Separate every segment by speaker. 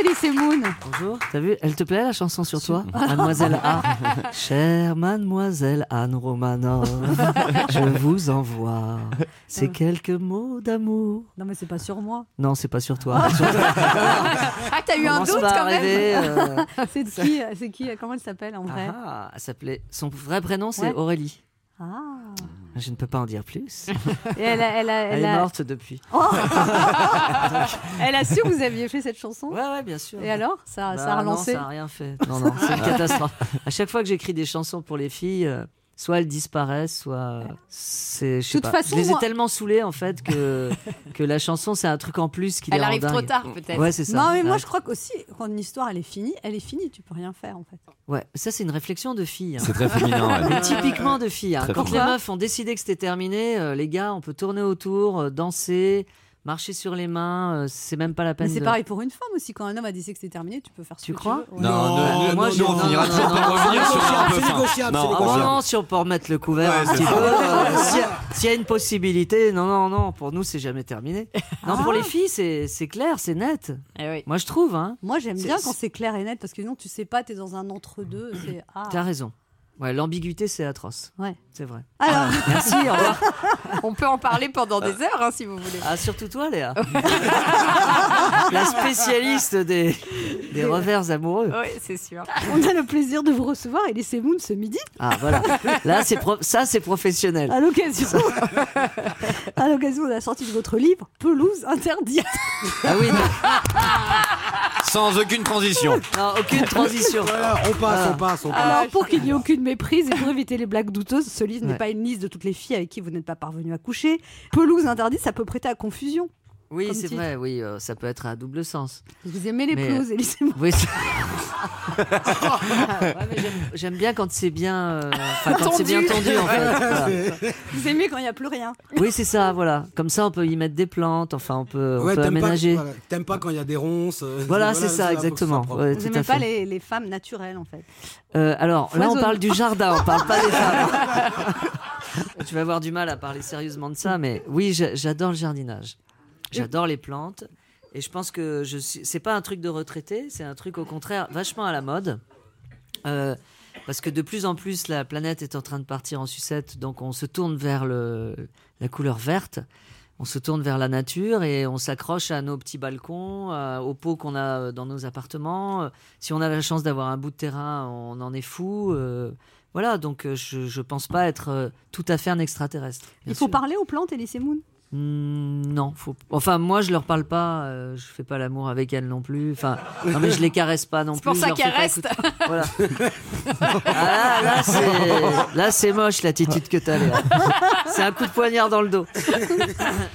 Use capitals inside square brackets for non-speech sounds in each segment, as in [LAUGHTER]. Speaker 1: Elise Moon.
Speaker 2: Bonjour, t'as vu, elle te plaît la chanson sur toi Mademoiselle A. Chère mademoiselle Anne Romanoff, je vous envoie ces quelques mots d'amour.
Speaker 1: Non, mais c'est pas sur moi.
Speaker 2: Non, c'est pas sur
Speaker 1: [LAUGHS]
Speaker 2: toi. Sur toi,
Speaker 1: Ah, t'as eu un
Speaker 2: commence
Speaker 1: doute
Speaker 2: pas à
Speaker 1: quand
Speaker 2: rêver,
Speaker 1: même.
Speaker 2: euh.
Speaker 1: [LAUGHS] C'est de qui euh, C'est qui euh, Comment elle s'appelle en vrai
Speaker 2: Ah, elle s'appelait. Son vrai prénom, c'est
Speaker 1: Ouais.
Speaker 2: Aurélie.
Speaker 1: Ah.
Speaker 2: Je ne peux pas en dire plus.
Speaker 1: Et elle, a, elle, a,
Speaker 2: Elle
Speaker 1: elle,
Speaker 2: est
Speaker 1: a, Oh.
Speaker 2: morte depuis.
Speaker 1: [LAUGHS] elle a su que vous aviez fait cette chanson.
Speaker 2: Ouais, ouais, bien sûr.
Speaker 1: Et alors Ça, Ah, ça
Speaker 2: Bah
Speaker 1: a relancé
Speaker 2: Non, ça a rien fait. Non, non,
Speaker 1: [LAUGHS]
Speaker 2: c'est une catastrophe. À chaque fois que j'écris des chansons pour les filles, euh, soit elles disparaissent, soit euh, c'est. Je sais
Speaker 1: Toute
Speaker 2: pas.
Speaker 1: façon,
Speaker 2: je les ai
Speaker 1: moi-
Speaker 2: tellement saoulées en fait
Speaker 1: [LAUGHS]
Speaker 2: que que la chanson c'est un truc en plus qui les
Speaker 3: Elle
Speaker 2: rend
Speaker 3: arrive
Speaker 2: dingues.
Speaker 3: trop tard peut-être.
Speaker 2: Ouais, c'est ça.
Speaker 1: Non, mais moi
Speaker 2: Ouais.
Speaker 1: je crois qu'aussi, quand une histoire elle est finie, elle est finie, tu peux rien faire en fait.
Speaker 2: Ouais, Bah, ça c'est une réflexion de fille. hein.
Speaker 4: C'est très féminin. ouais.
Speaker 2: Mais typiquement de filles. hein.
Speaker 4: Très
Speaker 2: Quand les
Speaker 4: féminin.
Speaker 2: meufs ont décidé que c'était terminé, euh, les gars, on peut tourner autour, euh, danser, marcher sur les mains. euh, c'est même pas la peine.
Speaker 1: Mais c'est
Speaker 2: de-
Speaker 1: pareil pour une femme aussi, quand un homme a décidé que c'était terminé, tu peux faire ce
Speaker 2: Tu
Speaker 1: que
Speaker 2: crois
Speaker 1: tu veux. Ouais.
Speaker 4: Non,
Speaker 5: Non,
Speaker 4: ne-
Speaker 5: moi,
Speaker 4: ne-
Speaker 5: je-
Speaker 4: nous, on
Speaker 5: non,
Speaker 4: finira
Speaker 5: non,
Speaker 4: très
Speaker 5: non,
Speaker 4: par
Speaker 5: non,
Speaker 4: revenir
Speaker 5: c'est
Speaker 4: sur un peu
Speaker 5: négociable,
Speaker 4: fin.
Speaker 5: c'est négociable,
Speaker 4: Non,
Speaker 5: c'est
Speaker 2: Ah
Speaker 4: on-
Speaker 2: bon,
Speaker 5: négociable.
Speaker 2: non, si on peut remettre le couvert
Speaker 5: Ouais,
Speaker 2: un
Speaker 5: c'est
Speaker 2: petit
Speaker 5: ça.
Speaker 2: peu, euh,
Speaker 4: [LAUGHS]
Speaker 2: s'il y a- s'il y, a une possibilité, non, non, non, pour nous c'est jamais terminé. Non, pour les filles c'est c'est clair, c'est net.
Speaker 3: Eh oui.
Speaker 2: Moi je trouve, hein.
Speaker 1: Moi j'aime
Speaker 2: C'est-
Speaker 1: bien quand c'est clair et net parce que non, tu sais pas, t'es dans
Speaker 2: [LAUGHS]
Speaker 1: un entre-deux. C'est... Ah.
Speaker 2: T'as raison. Ouais, l'ambiguïté c'est atroce.
Speaker 1: Ouais.
Speaker 2: C'est vrai. Ah,
Speaker 1: Alors,
Speaker 2: Merci, au
Speaker 1: [LAUGHS]
Speaker 2: revoir.
Speaker 3: On peut en parler pendant des heures hein, si vous voulez.
Speaker 2: Ah, surtout toi, Léa. [LAUGHS] La spécialiste des, des revers amoureux.
Speaker 3: Oui, c'est sûr.
Speaker 1: on a le plaisir de vous recevoir et laissez Moon ce midi
Speaker 2: Ah, voilà. Là, c'est pro- ça, c'est professionnel.
Speaker 1: à l'occasion. [LAUGHS] à l'occasion de la sortie de votre livre, Pelouse interdite.
Speaker 2: Ah oui, non,
Speaker 4: Sans
Speaker 1: [LAUGHS]
Speaker 4: aucune transition.
Speaker 2: non, Ah,
Speaker 5: [LAUGHS]
Speaker 2: aucune transition. Ah.
Speaker 5: Voilà, on passe, on passe, on passe.
Speaker 1: Alors, pour qu'il n'y ait aucune méprise et pour éviter les blagues douteuses, ce livre
Speaker 2: Ouais.
Speaker 1: n'est pas une liste de toutes les filles avec qui vous n'êtes pas parvenu à coucher. Pelouse interdite, ça peut prêter à confusion.
Speaker 2: Oui,
Speaker 1: Comme
Speaker 2: c'est
Speaker 1: titre.
Speaker 2: vrai, oui, euh, ça peut être à double sens.
Speaker 1: Vous aimez les
Speaker 2: Mais- euh, [LAUGHS]
Speaker 1: pelouses, Élise et moi.
Speaker 2: Oui, c'est- Ah, Ouais, mais j'aime- J'aime bien quand c'est bien, euh, enfin, quand c'est bien tendu, en fait. [LAUGHS] Voilà.
Speaker 1: Vous aimez quand il n'y a plus rien.
Speaker 2: Oui, c'est ça, voilà. Comme ça, on peut y mettre des plantes, enfin, on peut, on
Speaker 5: Ouais,
Speaker 2: peut
Speaker 5: t'aimes pas,
Speaker 2: aménager.
Speaker 5: voilà, t'aimes pas quand il y a des ronces. euh,
Speaker 2: Voilà, c'est ça,
Speaker 5: faut que ce soit
Speaker 2: exactement.
Speaker 5: propre.
Speaker 2: Ouais,
Speaker 1: Vous
Speaker 2: tout
Speaker 1: n'aimez
Speaker 2: à
Speaker 1: pas
Speaker 2: fait.
Speaker 1: les, les femmes naturelles, en fait.
Speaker 2: Euh, alors là, on
Speaker 1: Foisonne.
Speaker 2: parle du jardin, on parle
Speaker 5: [LAUGHS]
Speaker 2: pas des femmes. tu vas avoir du mal à parler sérieusement de ça, mais oui, j'a- j'adore le jardinage. J'adore les plantes. Et je pense que je suis... c'est pas un truc de retraité, c'est un truc au contraire vachement à la mode. Euh, parce que de plus en plus, la planète est en train de partir en sucette, donc on se tourne vers le... la couleur verte. On se tourne vers la nature et on s'accroche à nos petits balcons, euh, aux pots qu'on a euh, dans nos appartements. Euh, Si on a la chance d'avoir un bout de terrain, on en est fou. euh, voilà, donc euh, je ne pense pas être euh, tout à fait un extraterrestre. bien
Speaker 1: Il faut
Speaker 2: sûr.
Speaker 1: parler aux plantes, Elise et Moon.
Speaker 2: Hmm, non, faut... enfin moi je leur parle pas, euh, je fais pas l'amour avec elles non plus. Enfin, non mais je les caresse pas non
Speaker 3: C'est
Speaker 2: plus.
Speaker 3: pour
Speaker 2: je
Speaker 3: ça
Speaker 2: leur
Speaker 3: qu'elles
Speaker 2: fais pas
Speaker 3: restent.
Speaker 2: écouter- Voilà. Ah, là c'est là c'est moche l'attitude que t'as. Léa. C'est un coup de poignard dans le dos. [LAUGHS]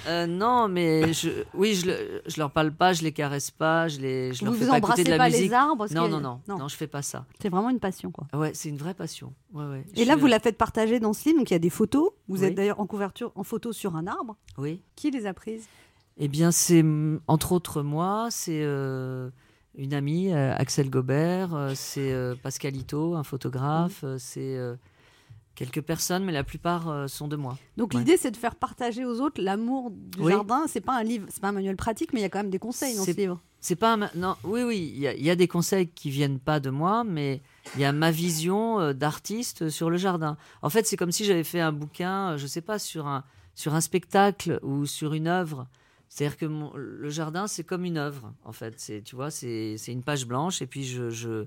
Speaker 2: Euh, non mais je... oui je, le- je leur parle pas, je les caresse pas, je les je leur
Speaker 1: Vous
Speaker 2: fais
Speaker 1: vous
Speaker 2: pas écouter
Speaker 1: embrassez
Speaker 2: de la
Speaker 1: pas
Speaker 2: musique.
Speaker 1: les arbres parce
Speaker 2: non,
Speaker 1: que-
Speaker 2: non non non je fais pas ça.
Speaker 1: C'est vraiment une passion, quoi.
Speaker 2: Ouais c'est une vraie passion. Ouais, ouais.
Speaker 1: Et
Speaker 2: Je- euh,
Speaker 1: là, vous la faites partager dans ce livre, donc il y a des photos. Vous
Speaker 2: Oui.
Speaker 1: êtes d'ailleurs en couverture, en photo sur un arbre.
Speaker 2: oui.
Speaker 1: Qui les a prises
Speaker 2: Eh bien, c'est mm, entre autres moi, c'est euh, une amie, euh, Axel Gobert, euh, c'est euh, Pascal Ito, un photographe, euh, c'est euh, quelques personnes, mais la plupart euh, sont de moi.
Speaker 1: Donc
Speaker 2: Ouais.
Speaker 1: l'idée, c'est de faire partager aux autres l'amour du
Speaker 2: Oui.
Speaker 1: jardin. C'est pas un livre, c'est pas un manuel pratique, mais il y a quand même des conseils dans ce
Speaker 2: C'est-
Speaker 1: livre.
Speaker 2: C'est pas un ma- non, oui, oui, il y, a- il y a des conseils qui viennent pas de moi, mais il y a ma vision euh, d'artiste sur le jardin. En fait, c'est comme si j'avais fait un bouquin, euh, je sais pas, sur un sur un spectacle ou sur une œuvre. C'est-à-dire que mon- le jardin, c'est comme une œuvre, en fait. C'est, tu vois, c'est c'est une page blanche, et puis je, je,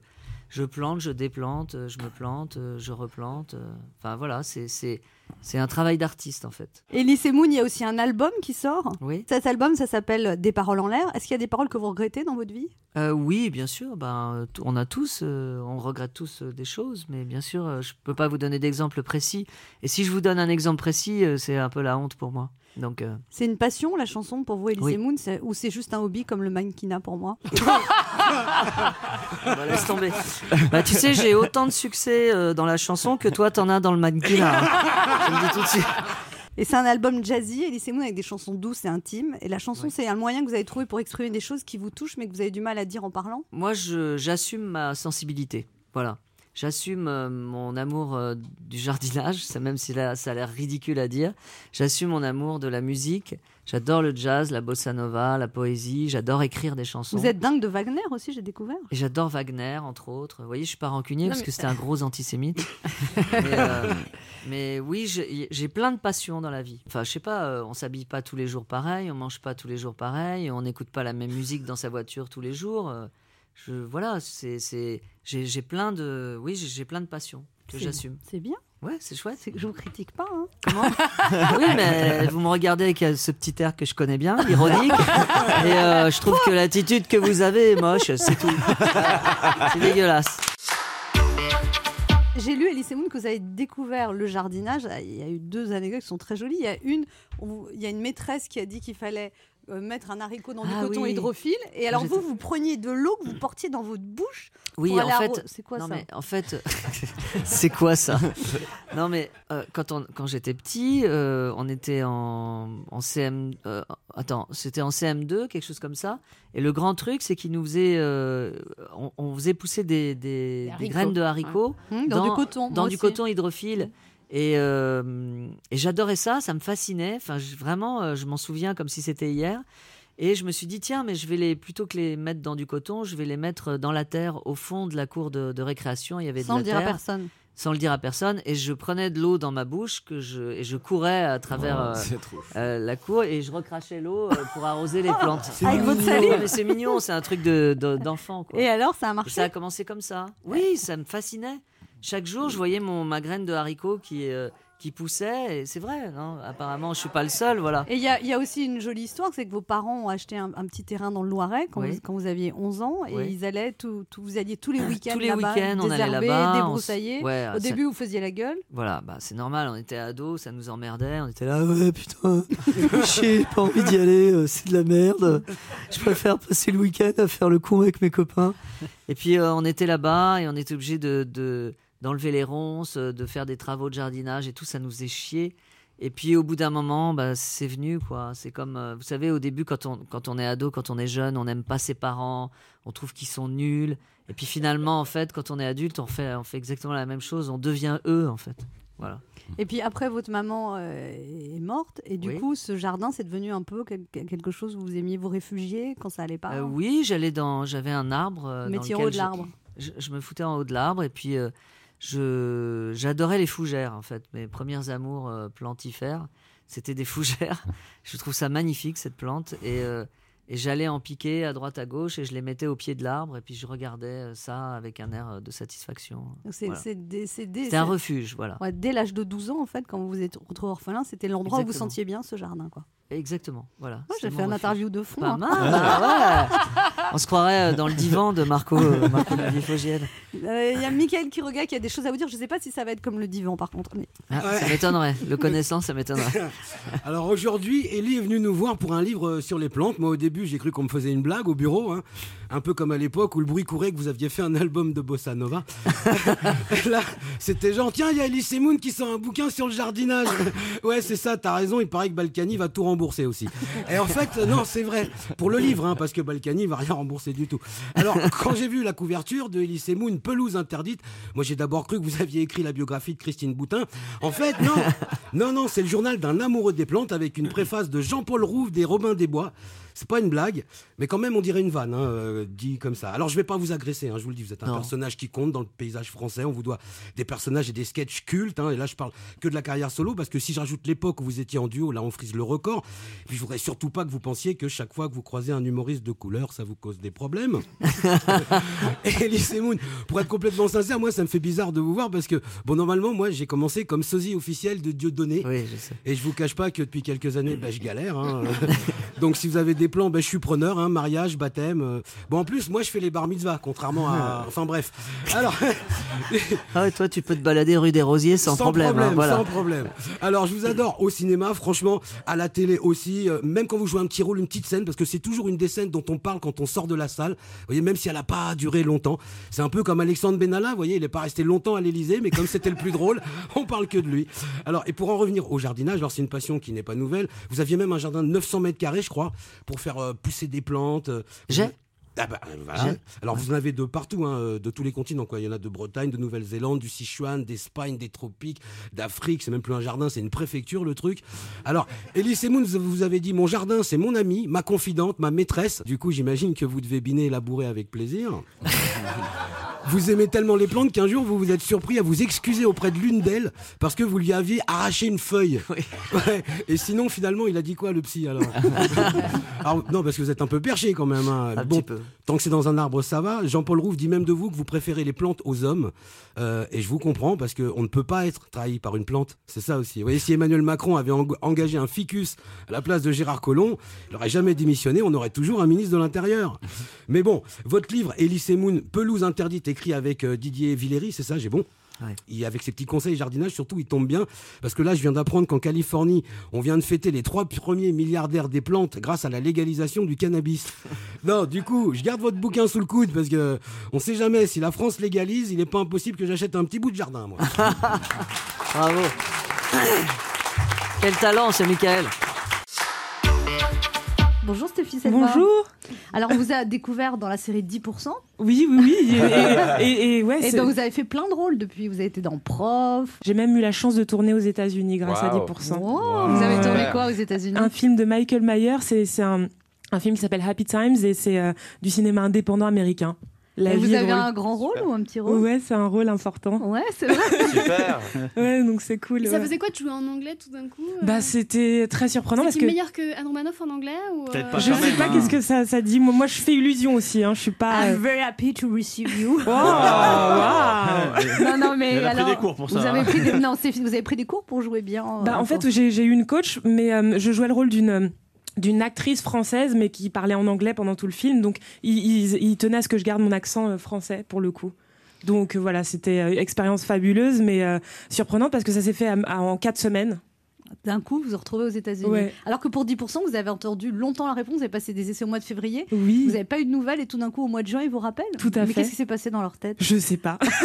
Speaker 2: je plante, je déplante, euh, je me plante, euh, je replante. euh. Enfin, voilà, c'est- c'est c'est un travail d'artiste, en fait.
Speaker 1: Elise et Moon, il y a aussi un album qui sort.
Speaker 2: Oui.
Speaker 1: Cet album, ça s'appelle Des paroles en l'air. Est-ce qu'il y a des paroles que vous regrettez dans votre vie
Speaker 2: Euh, oui, bien sûr. Ben, euh, t- on a tous, euh, on regrette tous euh, des choses, mais bien sûr, euh, je peux pas vous donner d'exemple précis. Et si je vous donne un exemple précis, euh, c'est un peu la honte pour moi. Donc, euh,
Speaker 1: C'est une passion, la chanson, pour vous, Elise
Speaker 2: Oui.
Speaker 1: et Moon, c'est- ou c'est juste un hobby comme le mannequinat pour
Speaker 2: [LAUGHS]
Speaker 1: moi
Speaker 2: bah, [LAUGHS] laisse tomber. bah, tu sais, j'ai autant de succès euh, dans la chanson que toi, t'en as dans le mannequinat. hein. Je me dis tout de suite.
Speaker 1: Et c'est un album jazzy, Elise et Moon, avec des chansons douces et intimes. Et la chanson, c'est un moyen que vous avez trouvé pour exprimer des choses qui vous touchent, mais que vous avez du mal à dire en parlant.
Speaker 2: Moi, je- j'assume ma sensibilité. Voilà. J'assume euh, mon amour euh, du jardinage, ça, même si là, ça a l'air ridicule à dire. J'assume mon amour de la musique. J'adore le jazz, la bossa nova, la poésie. J'adore écrire des chansons.
Speaker 1: Vous êtes dingue de Wagner aussi, j'ai découvert.
Speaker 2: Et j'adore Wagner, entre autres. Vous voyez, je suis pas rancunier
Speaker 3: Non,
Speaker 2: parce
Speaker 3: mais-
Speaker 2: que c'était un gros
Speaker 1: [LAUGHS]
Speaker 2: antisémite. mais, euh, mais oui, j'ai j'ai plein de passions dans la vie. Enfin, je sais pas, euh, on s'habille pas tous les jours pareil, on mange pas tous les jours pareil, on n'écoute pas la même musique dans sa voiture tous les jours. Euh, Je, voilà, c'est c'est- j'ai j'ai plein de oui, j'ai j'ai plein de passions que
Speaker 1: C'est-
Speaker 2: j'assume.
Speaker 1: C'est bien,
Speaker 2: Ouais, c'est chouette.
Speaker 1: c'est-
Speaker 2: [LAUGHS]
Speaker 1: je vous critique pas. hein.
Speaker 2: Oui, mais vous me regardez avec euh, ce petit air que je connais bien,
Speaker 1: [LAUGHS]
Speaker 2: ironique. Et euh, je trouve que l'attitude que vous avez est moche, c'est
Speaker 1: [LAUGHS]
Speaker 2: tout. C'est dégueulasse.
Speaker 1: J'ai lu Elise Moon que vous avez découvert le jardinage. euh, Il y a eu deux anecdotes qui sont très jolies. Il y a une, où il y a une maîtresse qui a dit qu'il fallait euh, mettre un haricot dans
Speaker 2: Ah
Speaker 1: du coton
Speaker 2: oui.
Speaker 1: hydrophile. Et alors
Speaker 2: J'étais-
Speaker 1: vous, vous preniez de l'eau que vous portiez dans votre bouche.
Speaker 2: Oui,
Speaker 1: pour
Speaker 2: en
Speaker 1: aller
Speaker 2: fait,
Speaker 1: arro- c'est quoi
Speaker 2: non,
Speaker 1: ça
Speaker 2: mais en fait, [LAUGHS] c'est quoi
Speaker 1: [LAUGHS]
Speaker 2: ça Non, mais euh, quand, on- quand j'étais petit, euh, on était en, en CM. euh, attends, c'était en CM2, quelque chose comme ça. Et le grand truc, c'est qu'ils nous faisaient. euh, on, on faisait pousser des, des- des
Speaker 3: haricots.
Speaker 2: graines de haricots Mmh,
Speaker 1: Hum,
Speaker 2: dans,
Speaker 3: coton.
Speaker 2: dans du coton hydrophile. Et, euh, et j'adorais ça, ça me fascinait. Enfin, je- vraiment, euh, je m'en souviens comme si c'était hier. Et je me suis dit, tiens, mais je vais les, plutôt que les mettre dans du coton, je vais les mettre dans la terre, au fond de la cour de, de récréation. Il y avait
Speaker 1: Sans
Speaker 2: de la
Speaker 1: le dire à
Speaker 2: terre,
Speaker 1: personne.
Speaker 2: sans le dire à personne. Et je prenais de l'eau dans ma bouche que je, et je courais à travers euh,
Speaker 4: Oh, C'est trop.
Speaker 2: euh, la cour et je recrachais l'eau euh, pour arroser
Speaker 1: [LAUGHS]
Speaker 2: les plantes.
Speaker 1: Avec votre
Speaker 2: mignon.
Speaker 1: salive.
Speaker 2: Mais c'est mignon, c'est un truc de- de- d'enfant. quoi.
Speaker 1: Et alors, ça a
Speaker 2: Et
Speaker 1: marché.
Speaker 2: Ça a commencé comme ça. Oui, ça me fascinait. Chaque jour, je voyais mon, ma graine de haricot qui, euh, qui poussait. Et c'est vrai, non apparemment, je suis pas le seul. Voilà.
Speaker 1: Et il y, a- il y a aussi une jolie histoire, c'est que vos parents ont acheté un, un petit terrain dans le Loiret quand,
Speaker 2: Oui.
Speaker 1: vous, quand vous aviez 11 ans et
Speaker 2: Oui. Ah,
Speaker 1: ils allaient tout, tout- vous alliez tous les week-ends
Speaker 2: Tous les
Speaker 1: là-bas,
Speaker 2: week-ends, on allait
Speaker 1: désherber,
Speaker 2: là-bas. on s-
Speaker 1: débroussailler.
Speaker 2: Ouais, ça-
Speaker 1: Au début, vous faisiez la gueule.
Speaker 2: Voilà, bah, c'est normal. On était ados, ça nous emmerdait. On était là, ouais, putain, [LAUGHS] j'ai pas envie d'y aller, euh, c'est de la merde. Je préfère passer le week-end à faire le con avec mes copains. Et puis, euh, on était là-bas et on était obligé de, de- d'enlever les ronces, euh, de faire des travaux de jardinage et tout. Ça nous faisait chier. Et puis au bout d'un moment, bah, c'est venu quoi. C'est comme, euh, vous savez, au début, quand on, quand on est ado, quand on est jeune, on n'aime pas ses parents, on trouve qu'ils sont nuls. Et puis finalement, en fait, quand on est adulte, on fait, on fait exactement la même chose, on devient eux en fait. Voilà.
Speaker 1: Et puis après, votre maman euh, est morte et du
Speaker 2: Oui.
Speaker 1: coup, ce jardin, c'est devenu un peu quel- quelque chose où vous aimiez vous réfugier quand ça allait pas. hein.
Speaker 2: Euh, oui, j'allais dans, j'avais un arbre. euh,
Speaker 1: Vous
Speaker 2: dans
Speaker 1: mettiez en
Speaker 2: lequel
Speaker 1: haut de
Speaker 2: je-
Speaker 1: l'arbre.
Speaker 2: Je, je me foutais en haut de l'arbre et puis euh, je, j'adorais les fougères en fait. Mes premières amours euh, plantifères, c'était des [LAUGHS] fougères. je trouve ça magnifique cette plante et, euh, et j'allais en piquer à droite à gauche et je les mettais au pied de l'arbre et puis je regardais euh, ça avec un air euh, de satisfaction.
Speaker 1: Donc c'est
Speaker 2: Voilà.
Speaker 1: c'est dès- c'est dès-
Speaker 2: C'était un
Speaker 1: c'est-
Speaker 2: refuge, voilà.
Speaker 1: ouais, dès l'âge de 12 ans, en fait, quand vous vous êtes retrouvé orphelin, c'était l'endroit où vous
Speaker 2: Exactement.
Speaker 1: sentiez bien ce jardin. Quoi.
Speaker 2: Exactement, voilà.
Speaker 1: Moi,
Speaker 2: C'est
Speaker 1: j'ai fait
Speaker 2: mon
Speaker 1: une
Speaker 2: refuge.
Speaker 1: interview de fond.
Speaker 2: Pas
Speaker 1: hein.
Speaker 2: mal,
Speaker 1: [LAUGHS]
Speaker 2: bah ouais. On se croirait euh, dans le divan de Marco, euh, Marco Olivier Fogiel.
Speaker 1: Euh, Il y a Michael Quiroga qui a des choses à vous dire. Je ne sais pas si ça va être comme le divan, par contre. mais-
Speaker 2: Ah,
Speaker 5: Ouais.
Speaker 2: Ça m'étonnerait. Le connaissant, ça m'étonnerait.
Speaker 5: Alors aujourd'hui, Ellie est venue nous voir pour un livre euh, sur les plantes. Moi, au début, j'ai cru qu'on me faisait une blague au bureau, hein. un peu comme à l'époque où le bruit courait que vous aviez fait un album de bossa
Speaker 2: [LAUGHS]
Speaker 5: nova. [LAUGHS] Là, c'était genre tiens, il y a Ellie Semoun qui sort un bouquin sur le jardinage. ouais, c'est ça. T'as raison. Il paraît que Balkany va tout rembourser aussi. Et en fait, euh, non, c'est vrai pour le livre, hein, parce que Balkany va rien rembourser du tout. Alors quand j'ai vu la couverture de Ellie Semoun, pelouse interdite, moi j'ai d'abord cru que vous aviez écrit la biographie de Christine Boutin. En fait, non, non, non, c'est le journal d'un amoureux des plantes avec une préface de Jean-Paul Rouve des Robins des Bois. C'est pas une blague, mais quand même on dirait une vanne, hein, euh, dit comme ça. Alors je vais pas vous agresser, hein, je vous le dis, vous êtes un
Speaker 2: Non.
Speaker 5: personnage qui compte dans le paysage français. On vous doit des personnages et des sketchs cultes. hein, et là je parle que de la carrière solo parce que si j'ajoute l'époque où vous étiez en duo, là on frise le record. Et puis je voudrais surtout pas que vous pensiez que chaque fois que vous croisez un humoriste de couleur, ça vous cause des problèmes. [LAUGHS] Et Elise Moon, pour être complètement sincère, moi ça me fait bizarre de vous voir parce que, bon, normalement, moi j'ai commencé comme sosie officiel de Dieudonné.
Speaker 2: Oui, je sais.
Speaker 5: Et je vous cache pas que depuis quelques années, bah, je galère. hein. [LAUGHS] Donc si vous avez des plans, bah, je suis preneur, hein, mariage, baptême. euh. Bon, en plus, moi je fais les bar mitzvahs, contrairement
Speaker 2: [LAUGHS]
Speaker 5: à. Enfin bref. Alors.
Speaker 2: Ah ouais, toi, tu peux te balader rue des Rosiers sans, problème. hein, voilà.
Speaker 5: sans problème. Alors, je vous adore au cinéma, franchement, à la télé aussi, euh, même quand vous jouez un petit rôle, une petite scène, parce que c'est toujours une des scènes dont on parle quand on sort de la salle. Vous voyez, même si elle n'a pas duré longtemps, c'est un peu comme Alexandre Benalla. Vous voyez, il n'est pas resté longtemps à l'Élysée, mais comme c'était le plus drôle, [LAUGHS] on parle que de lui. Alors, et pour en revenir au jardinage, alors c'est une passion qui n'est pas nouvelle. Vous aviez même un jardin de 900 mètres carrés, je crois, pour faire euh, pousser des plantes. euh,
Speaker 2: J'ai
Speaker 5: Ah bah, euh, voilà. Alors vous en avez de partout, hein, euh, de tous les continents. Quoi. Il y en a de Bretagne, de Nouvelle-Zélande, du Sichuan, d'Espagne, des tropiques, d'Afrique. C'est même plus un jardin, c'est une préfecture le truc. Alors, Elie Semoun, vous avez dit mon jardin, c'est mon ami, ma confidente, ma maîtresse. Du coup, j'imagine que vous devez biner et labourer avec plaisir. Vous aimez tellement les plantes qu'un jour vous vous êtes surpris à vous excuser auprès de l'une d'elles parce que vous lui aviez arraché une feuille. Ouais. Et sinon, finalement, il a dit quoi le psy alors, Alors, Ah, Non, parce que vous êtes un peu perché quand même. hein.
Speaker 2: Un petit peu.
Speaker 5: Tant que c'est dans un arbre, ça va. Jean-Paul Rouve dit même de vous que vous préférez les plantes aux hommes. Euh, et je vous comprends parce qu'on ne peut pas être trahi par une plante. C'est ça aussi. Vous voyez, si Emmanuel Macron avait eng- engagé un ficus à la place de Gérard Collomb, il n'aurait jamais démissionné, on aurait toujours un ministre de l'Intérieur. Mais bon, votre livre, Élysée Moon, Pelouse interdite, écrit avec euh, Didier Villéry, c'est ça, j'ai bon
Speaker 2: Ouais.
Speaker 5: il- avec ses petits conseils jardinage, surtout, il tombe bien. Parce que là, je viens d'apprendre qu'en Californie, on vient de fêter les trois premiers milliardaires des plantes grâce à la légalisation du cannabis. non, du coup, je garde votre bouquin sous le coude parce que on sait jamais. Si la France légalise, il n'est pas impossible que j'achète un petit bout de jardin,
Speaker 6: [LAUGHS]
Speaker 5: moi.
Speaker 2: Bravo. Quel talent, c'est Michael.
Speaker 7: Bonjour Stéphie Selma.
Speaker 8: Bonjour.
Speaker 7: Alors on vous a découvert dans la série 10%.
Speaker 8: Oui, oui, oui.
Speaker 7: [LAUGHS]
Speaker 8: Et, et- et- ouais,
Speaker 7: Et
Speaker 8: c'est-
Speaker 7: donc vous avez fait plein de rôles depuis. Vous avez été dans Prof.
Speaker 8: j'ai même eu la chance de tourner aux États-Unis grâce à
Speaker 6: Wow.
Speaker 8: 10%.
Speaker 7: Oh, vous avez tourné
Speaker 6: Super.
Speaker 7: quoi aux États-Unis
Speaker 8: Un film de Michael Mayer, c'est c'est un, un film qui s'appelle Happy Times et c'est euh, du cinéma indépendant américain. La
Speaker 7: Et Vous
Speaker 8: vie est
Speaker 7: avez
Speaker 8: drôle.
Speaker 7: un grand rôle ou un petit rôle
Speaker 8: Ouais, c'est un rôle important.
Speaker 7: Ouais, c'est vrai.
Speaker 6: [LAUGHS] Super.
Speaker 8: Ouais, donc c'est cool.
Speaker 9: Et ça
Speaker 8: ouais.
Speaker 9: faisait quoi de jouer en anglais tout d'un coup euh
Speaker 8: Bah, c'était très surprenant parce
Speaker 9: C'était
Speaker 8: que
Speaker 9: meilleur que Anne Romanoff en anglais ou
Speaker 6: Peut-être
Speaker 9: euh,
Speaker 6: pas.
Speaker 8: je
Speaker 6: Quand
Speaker 8: sais
Speaker 6: même,
Speaker 8: pas
Speaker 6: hein.
Speaker 8: qu'est-ce que ça, ça dit. Moi, moi, je fais illusion aussi. Hein. Je suis pas. euh,
Speaker 7: very happy to receive
Speaker 8: [LAUGHS]
Speaker 7: you.
Speaker 8: Oh,
Speaker 6: Ah.
Speaker 8: waouh.
Speaker 7: Non, non, mais
Speaker 6: Elle a pris
Speaker 7: alors,
Speaker 6: des cours pour ça,
Speaker 7: Vous avez
Speaker 6: hein. [LAUGHS]
Speaker 7: pris des... Non, c'est- vous avez pris des cours pour jouer bien. euh,
Speaker 8: Bah, en
Speaker 7: pour-
Speaker 8: fait, j'ai j'ai eu une coach, mais euh, je jouais le rôle d'une euh, d'une actrice française, mais qui parlait en anglais pendant tout le film. Donc, ils ils- ils tenaient à ce que je garde mon accent euh, français pour le coup. Donc euh, voilà, c'était euh, une expérience fabuleuse, mais euh, surprenante parce que ça s'est fait à- à- en quatre semaines.
Speaker 7: d'un coup, vous vous retrouvez aux États-Unis.
Speaker 8: Ouais.
Speaker 7: Alors que pour 10%, vous avez entendu longtemps la réponse. Vous avez passé des essais au mois de février.
Speaker 8: Oui.
Speaker 7: Vous n'avez pas eu de nouvelles et tout d'un coup, au mois de juin, ils vous rappellent.
Speaker 8: Tout à
Speaker 7: Mais
Speaker 8: fait.
Speaker 7: qu'est-ce qui s'est passé dans leur tête
Speaker 8: Je sais pas. [LAUGHS]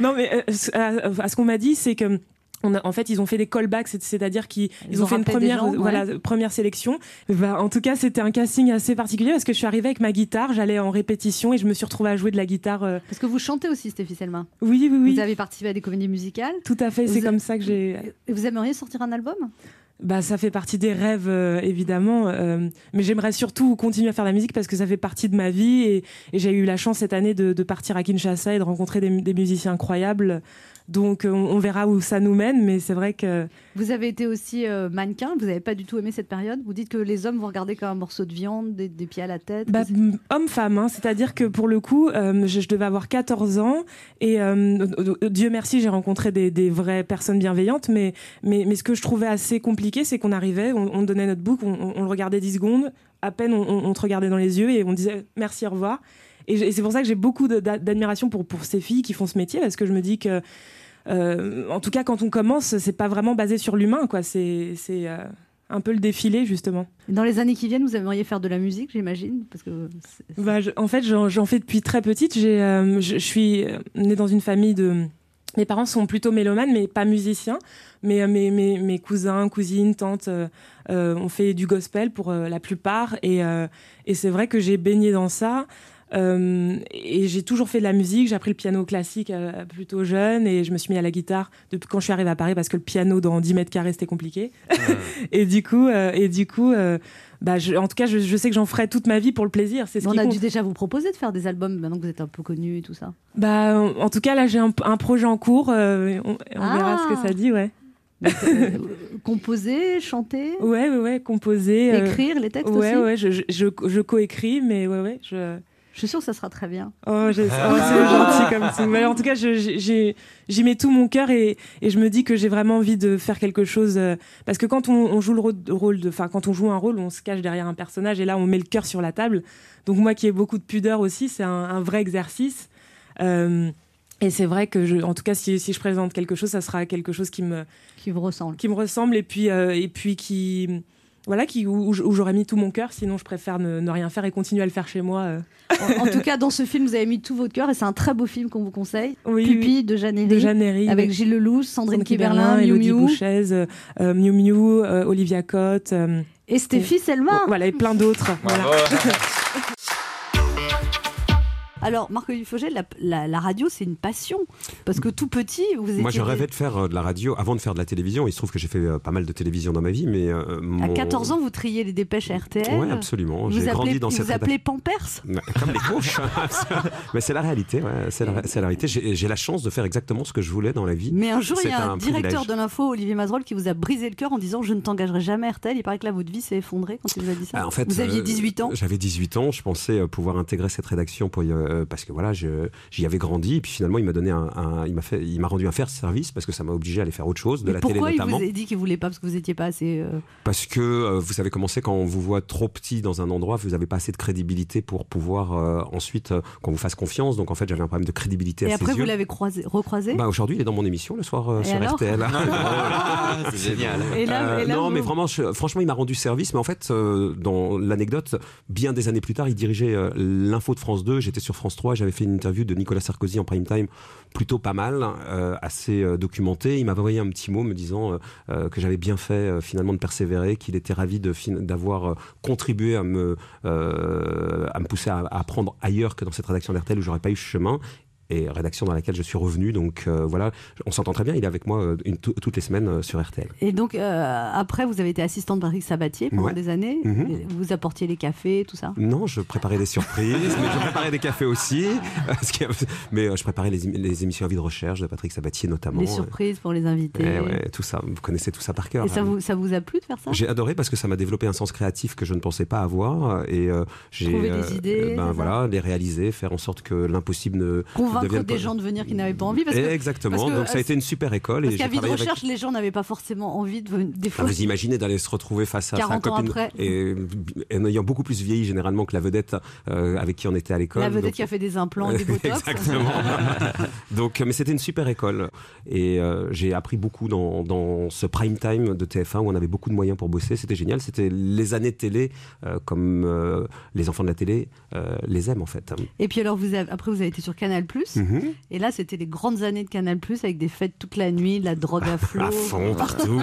Speaker 8: non, mais euh, ce- à, à ce qu'on m'a dit, c'est que. On a, en fait, ils ont fait des callbacks, c'est- c'est-à-dire qu'ils
Speaker 7: Ils
Speaker 8: ils ont,
Speaker 7: ont
Speaker 8: fait une
Speaker 7: rappelé des
Speaker 8: première,
Speaker 7: gens, ouais.
Speaker 8: voilà, première sélection. Bah, en tout cas, c'était un casting assez particulier parce que je suis arrivée avec ma guitare, j'allais en répétition et je me suis retrouvée à jouer de la guitare. euh,
Speaker 7: Parce que vous chantez aussi, Stéphie Selma.
Speaker 8: Oui, oui, oui.
Speaker 7: Vous avez participé à des comédies musicales.
Speaker 8: Tout à fait. C'est
Speaker 7: Vous-
Speaker 8: comme ça que j'ai.
Speaker 7: Et Vous aimeriez sortir un album
Speaker 8: Bah, ça fait partie des rêves, euh, évidemment. euh, mais j'aimerais surtout continuer à faire de la musique parce que ça fait partie de ma vie et, et j'ai eu la chance cette année de, de partir à Kinshasa et de rencontrer des, des musiciens incroyables. Donc, euh, on, on verra où ça nous mène, mais c'est vrai que.
Speaker 7: Vous avez été aussi euh, mannequin, vous n'avez pas du tout aimé cette période. Vous dites que les hommes vous regardaient comme un morceau de viande, des, des pieds à la tête.
Speaker 8: Bah, m- homme-femme, hein. c'est-à-dire que pour le coup, euh, je, je devais avoir 14 ans et euh, euh, Dieu merci, j'ai rencontré des, des vraies personnes bienveillantes, mais, mais, mais ce que je trouvais assez compliqué, c'est qu'on arrivait, on, on donnait notre bouc, on, on- on le regardait 10 secondes, à peine on, on- on te regardait dans les yeux et on disait merci, au revoir. Et, j'ai- et c'est pour ça que j'ai beaucoup de- d'a- d'admiration pour, pour ces filles qui font ce métier, parce que je me dis que, euh, en tout cas, quand on commence, c'est pas vraiment basé sur l'humain, quoi. C'est c'est, euh, un peu le défilé, justement.
Speaker 7: Dans les années qui viennent, vous aimeriez faire de la musique, j'imagine, parce que c'est- c'est-
Speaker 8: Bah, je- en fait, j'en j'en fais depuis très petite. J'ai, euh, je, je suis euh, née dans une famille de. Mes parents sont plutôt mélomanes, mais pas musiciens. Mais euh, mes, mes, mes cousins, cousines, tantes euh, euh, ont fait du gospel pour euh, la plupart. Et, euh, et c'est vrai que j'ai baigné dans ça. Euh, et j'ai toujours fait de la musique. J'ai appris le piano classique euh, plutôt jeune et je me suis mis à la guitare depuis quand je suis arrivée à Paris parce que le piano dans 10 mètres carrés c'était compliqué. [LAUGHS] et du coup, euh, et du coup, euh, bah, je- en tout cas, je, je sais que j'en ferai toute ma vie pour le plaisir. C'est ce
Speaker 7: on
Speaker 8: qui
Speaker 7: a
Speaker 8: compte.
Speaker 7: dû déjà vous proposer de faire des albums maintenant que vous êtes un peu connu et tout ça.
Speaker 8: Bah, en en tout cas, là, j'ai un, un projet en cours. euh, on on
Speaker 7: Ah.
Speaker 8: verra ce que ça dit, ouais.
Speaker 7: Donc, euh, composer, chanter,
Speaker 8: Ouais, ouais, ouais, composer. euh,
Speaker 7: écrire les textes
Speaker 8: ouais,
Speaker 7: aussi.
Speaker 8: ouais, je, je, je- je coécris, mais ouais, ouais, je.
Speaker 7: Je suis sûre que ça sera très bien.
Speaker 8: Oh, j'ai- oh, c'est gentil comme tout. Mais en tout cas, je- j'ai- j'ai- j'y mets tout mon cœur et, et je me dis que j'ai vraiment envie de faire quelque chose. euh, parce que quand on, on joue le rôle- rôle de, enfin, quand on joue un rôle, on se cache derrière un personnage et là, on met le cœur sur la table. Donc moi, qui ai beaucoup de pudeur aussi, c'est un, un vrai exercice. Euh, et c'est vrai que, je, en tout cas, si, si je présente quelque chose, ça sera quelque chose qui me,
Speaker 7: Qui vous ressemble.
Speaker 8: qui me ressemble et puis euh, et puis qui voilà qui où, où j- où j'aurais mis tout mon cœur sinon je préfère ne, ne rien faire et continuer à le faire chez moi euh.
Speaker 7: En, en tout cas, dans ce film, vous avez mis tout votre cœur et c'est un très beau film qu'on vous conseille.
Speaker 8: [LAUGHS] oui,
Speaker 7: Pupille
Speaker 8: oui,
Speaker 7: de Jeanne
Speaker 8: de
Speaker 7: Herry,
Speaker 8: Jeanne Herry
Speaker 7: avec
Speaker 8: oui.
Speaker 7: Gilles Lelouch, Sandrine Kiberlin, Miu
Speaker 8: Elodie
Speaker 7: Miu
Speaker 8: Bouchèze, euh, euh, Miu Miu, euh, Olivia Cotte, euh, Oh,
Speaker 7: et Stéphie Selma.
Speaker 8: voilà et plein d'autres. Voilà.
Speaker 6: Bravo.
Speaker 1: Alors, Marc Olivier Fogel, la, la- la radio, c'est une passion. Parce que tout petit, vous étiez.
Speaker 6: Moi, je rêvais de faire euh, de la radio avant de faire de la télévision. Il se trouve que j'ai fait euh, pas mal de télévision dans ma vie, mais euh,
Speaker 1: À
Speaker 6: mon-
Speaker 1: 14 ans, vous triez les dépêches RTL.
Speaker 6: Ouais, absolument.
Speaker 1: Vous
Speaker 6: J'ai
Speaker 1: appelez,
Speaker 6: grandi dans
Speaker 1: vous
Speaker 6: cette rédac-
Speaker 1: appelez Pampers
Speaker 6: Ouais, Comme les couches.
Speaker 1: [LAUGHS]
Speaker 6: Mais c'est la réalité. ouais, C'est la, c'est la réalité. J'ai j'ai la chance de faire exactement ce que je voulais dans la vie.
Speaker 1: Mais un jour, il y
Speaker 6: C'est
Speaker 1: a un, directeur
Speaker 6: privilège.
Speaker 1: de l'info, Olivier Mazerol, qui vous a brisé le cœur en disant Je ne t'engagerai jamais à RTL. Il paraît que là, votre vie s'est effondrée quand il vous a dit ça.
Speaker 6: Ah, en fait,
Speaker 1: vous aviez
Speaker 6: euh,
Speaker 1: 18 ans.
Speaker 6: J'avais 18 ans, je pensais euh, pouvoir intégrer cette rédaction pour y, euh, parce que voilà, je- j'y avais grandi et puis finalement il m'a donné un, un- il m'a fait il m'a rendu un faire service parce que ça m'a obligé à aller faire autre chose de
Speaker 1: Mais
Speaker 6: la télé
Speaker 1: pourquoi il
Speaker 6: notamment
Speaker 1: vous a dit qu'il voulait pas Parce que vous n'étiez pas assez. euh,
Speaker 6: parce que euh, vous savez comment c'est quand on vous voit trop petit dans un endroit, vous n'avez pas assez de crédibilité pour pouvoir euh, ensuite euh, qu'on vous fasse confiance. Donc en fait, j'avais un problème de crédibilité
Speaker 1: Et
Speaker 6: à
Speaker 1: après,
Speaker 6: ses
Speaker 1: vous
Speaker 6: yeux.
Speaker 1: l'avez croisé, recroisé
Speaker 6: Bah aujourd'hui, il est dans mon émission le soir euh,
Speaker 1: Et
Speaker 6: sur
Speaker 1: alors
Speaker 4: [LAUGHS]
Speaker 6: RTL.
Speaker 4: Ah, c'est génial.
Speaker 1: Et là- et là,
Speaker 6: Euh, non,
Speaker 1: vous-
Speaker 6: mais vraiment, je- franchement, il m'a rendu service. Mais en fait, euh, dans l'anecdote, bien des années plus tard, il dirigeait euh, l'info de France 2. J'étais sur France 3. J'avais fait une interview de Nicolas Sarkozy en prime time, plutôt pas mal, euh, assez euh, documentée. Il m'avait envoyé un petit mot me disant euh, euh, que j'avais bien fait euh, finalement de persévérer, qu'il était ravi de fin- d'avoir euh, contribué à me euh, à me pousser à, à apprendre ailleurs que dans cette rédaction d'RTL où j'aurais pas eu ce chemin. Et rédaction dans laquelle je suis revenu. Donc euh, voilà, on s'entend très bien. Il est avec moi euh, une- tou- toutes les semaines euh, sur RTL.
Speaker 1: Et donc, euh, après, vous avez été assistante de Patrick Sabatier pendant
Speaker 6: Ouais.
Speaker 1: des années.
Speaker 6: Mhm.
Speaker 1: Et Vous apportiez les cafés, tout ça.
Speaker 6: Non, je préparais des surprises, mais je préparais des cafés aussi. euh, ce qui est- Mais euh, je préparais les, ém- les émissions à vie de recherche de Patrick Sabatier notamment.
Speaker 1: les surprises pour les
Speaker 6: Euh,
Speaker 1: invités.
Speaker 6: ouais, ouais, tout ça. Vous connaissez tout ça par cœur. hein.
Speaker 1: Et ça vous, ça vous a plu de faire ça
Speaker 6: J'ai adoré parce que ça m'a développé un sens créatif que je ne pensais pas avoir et euh, j'ai
Speaker 1: Trouver des idées, c'est ça
Speaker 6: ben voilà les réaliser, faire en sorte que l'impossible ne
Speaker 1: Convaincre
Speaker 6: devienne
Speaker 1: des
Speaker 6: pas-
Speaker 1: gens de venir qui n'avaient pas envie parce que
Speaker 6: Exactement.
Speaker 1: parce que,
Speaker 6: Donc ça
Speaker 1: euh,
Speaker 6: a été une super école et
Speaker 1: parce
Speaker 6: j'ai
Speaker 1: qu'à vie de
Speaker 6: travaillé avec
Speaker 1: recherche, les gens n'avaient pas forcément envie de venir. Des
Speaker 6: Ah,
Speaker 1: fois,
Speaker 6: vous imaginez d'aller se retrouver face à
Speaker 1: 40
Speaker 6: sa
Speaker 1: ans
Speaker 6: copine
Speaker 1: après.
Speaker 6: et, et en ayant beaucoup plus vieilli généralement que la vedette euh, avec qui on était à l'école.
Speaker 1: la vedette
Speaker 6: Donc,
Speaker 1: qui a fait
Speaker 6: [LAUGHS]
Speaker 1: des implants, des botox. [LAUGHS]
Speaker 6: Exactement. Donc, euh, mais c'était une super école et euh, j'ai appris beaucoup dans, dans ce prime time de TF1 où on avait beaucoup de moyens pour bosser. C'était génial. C'était les années de télé euh, comme euh, les enfants de la télé euh, les aiment en fait.
Speaker 1: Et puis alors, vous avez- après, vous avez été sur Canal+.
Speaker 6: Mhm.
Speaker 1: Et là, c'était les grandes années de Canal+, avec des fêtes toute la nuit, de la drogue
Speaker 6: [LAUGHS]
Speaker 1: à flot.
Speaker 6: À fond partout.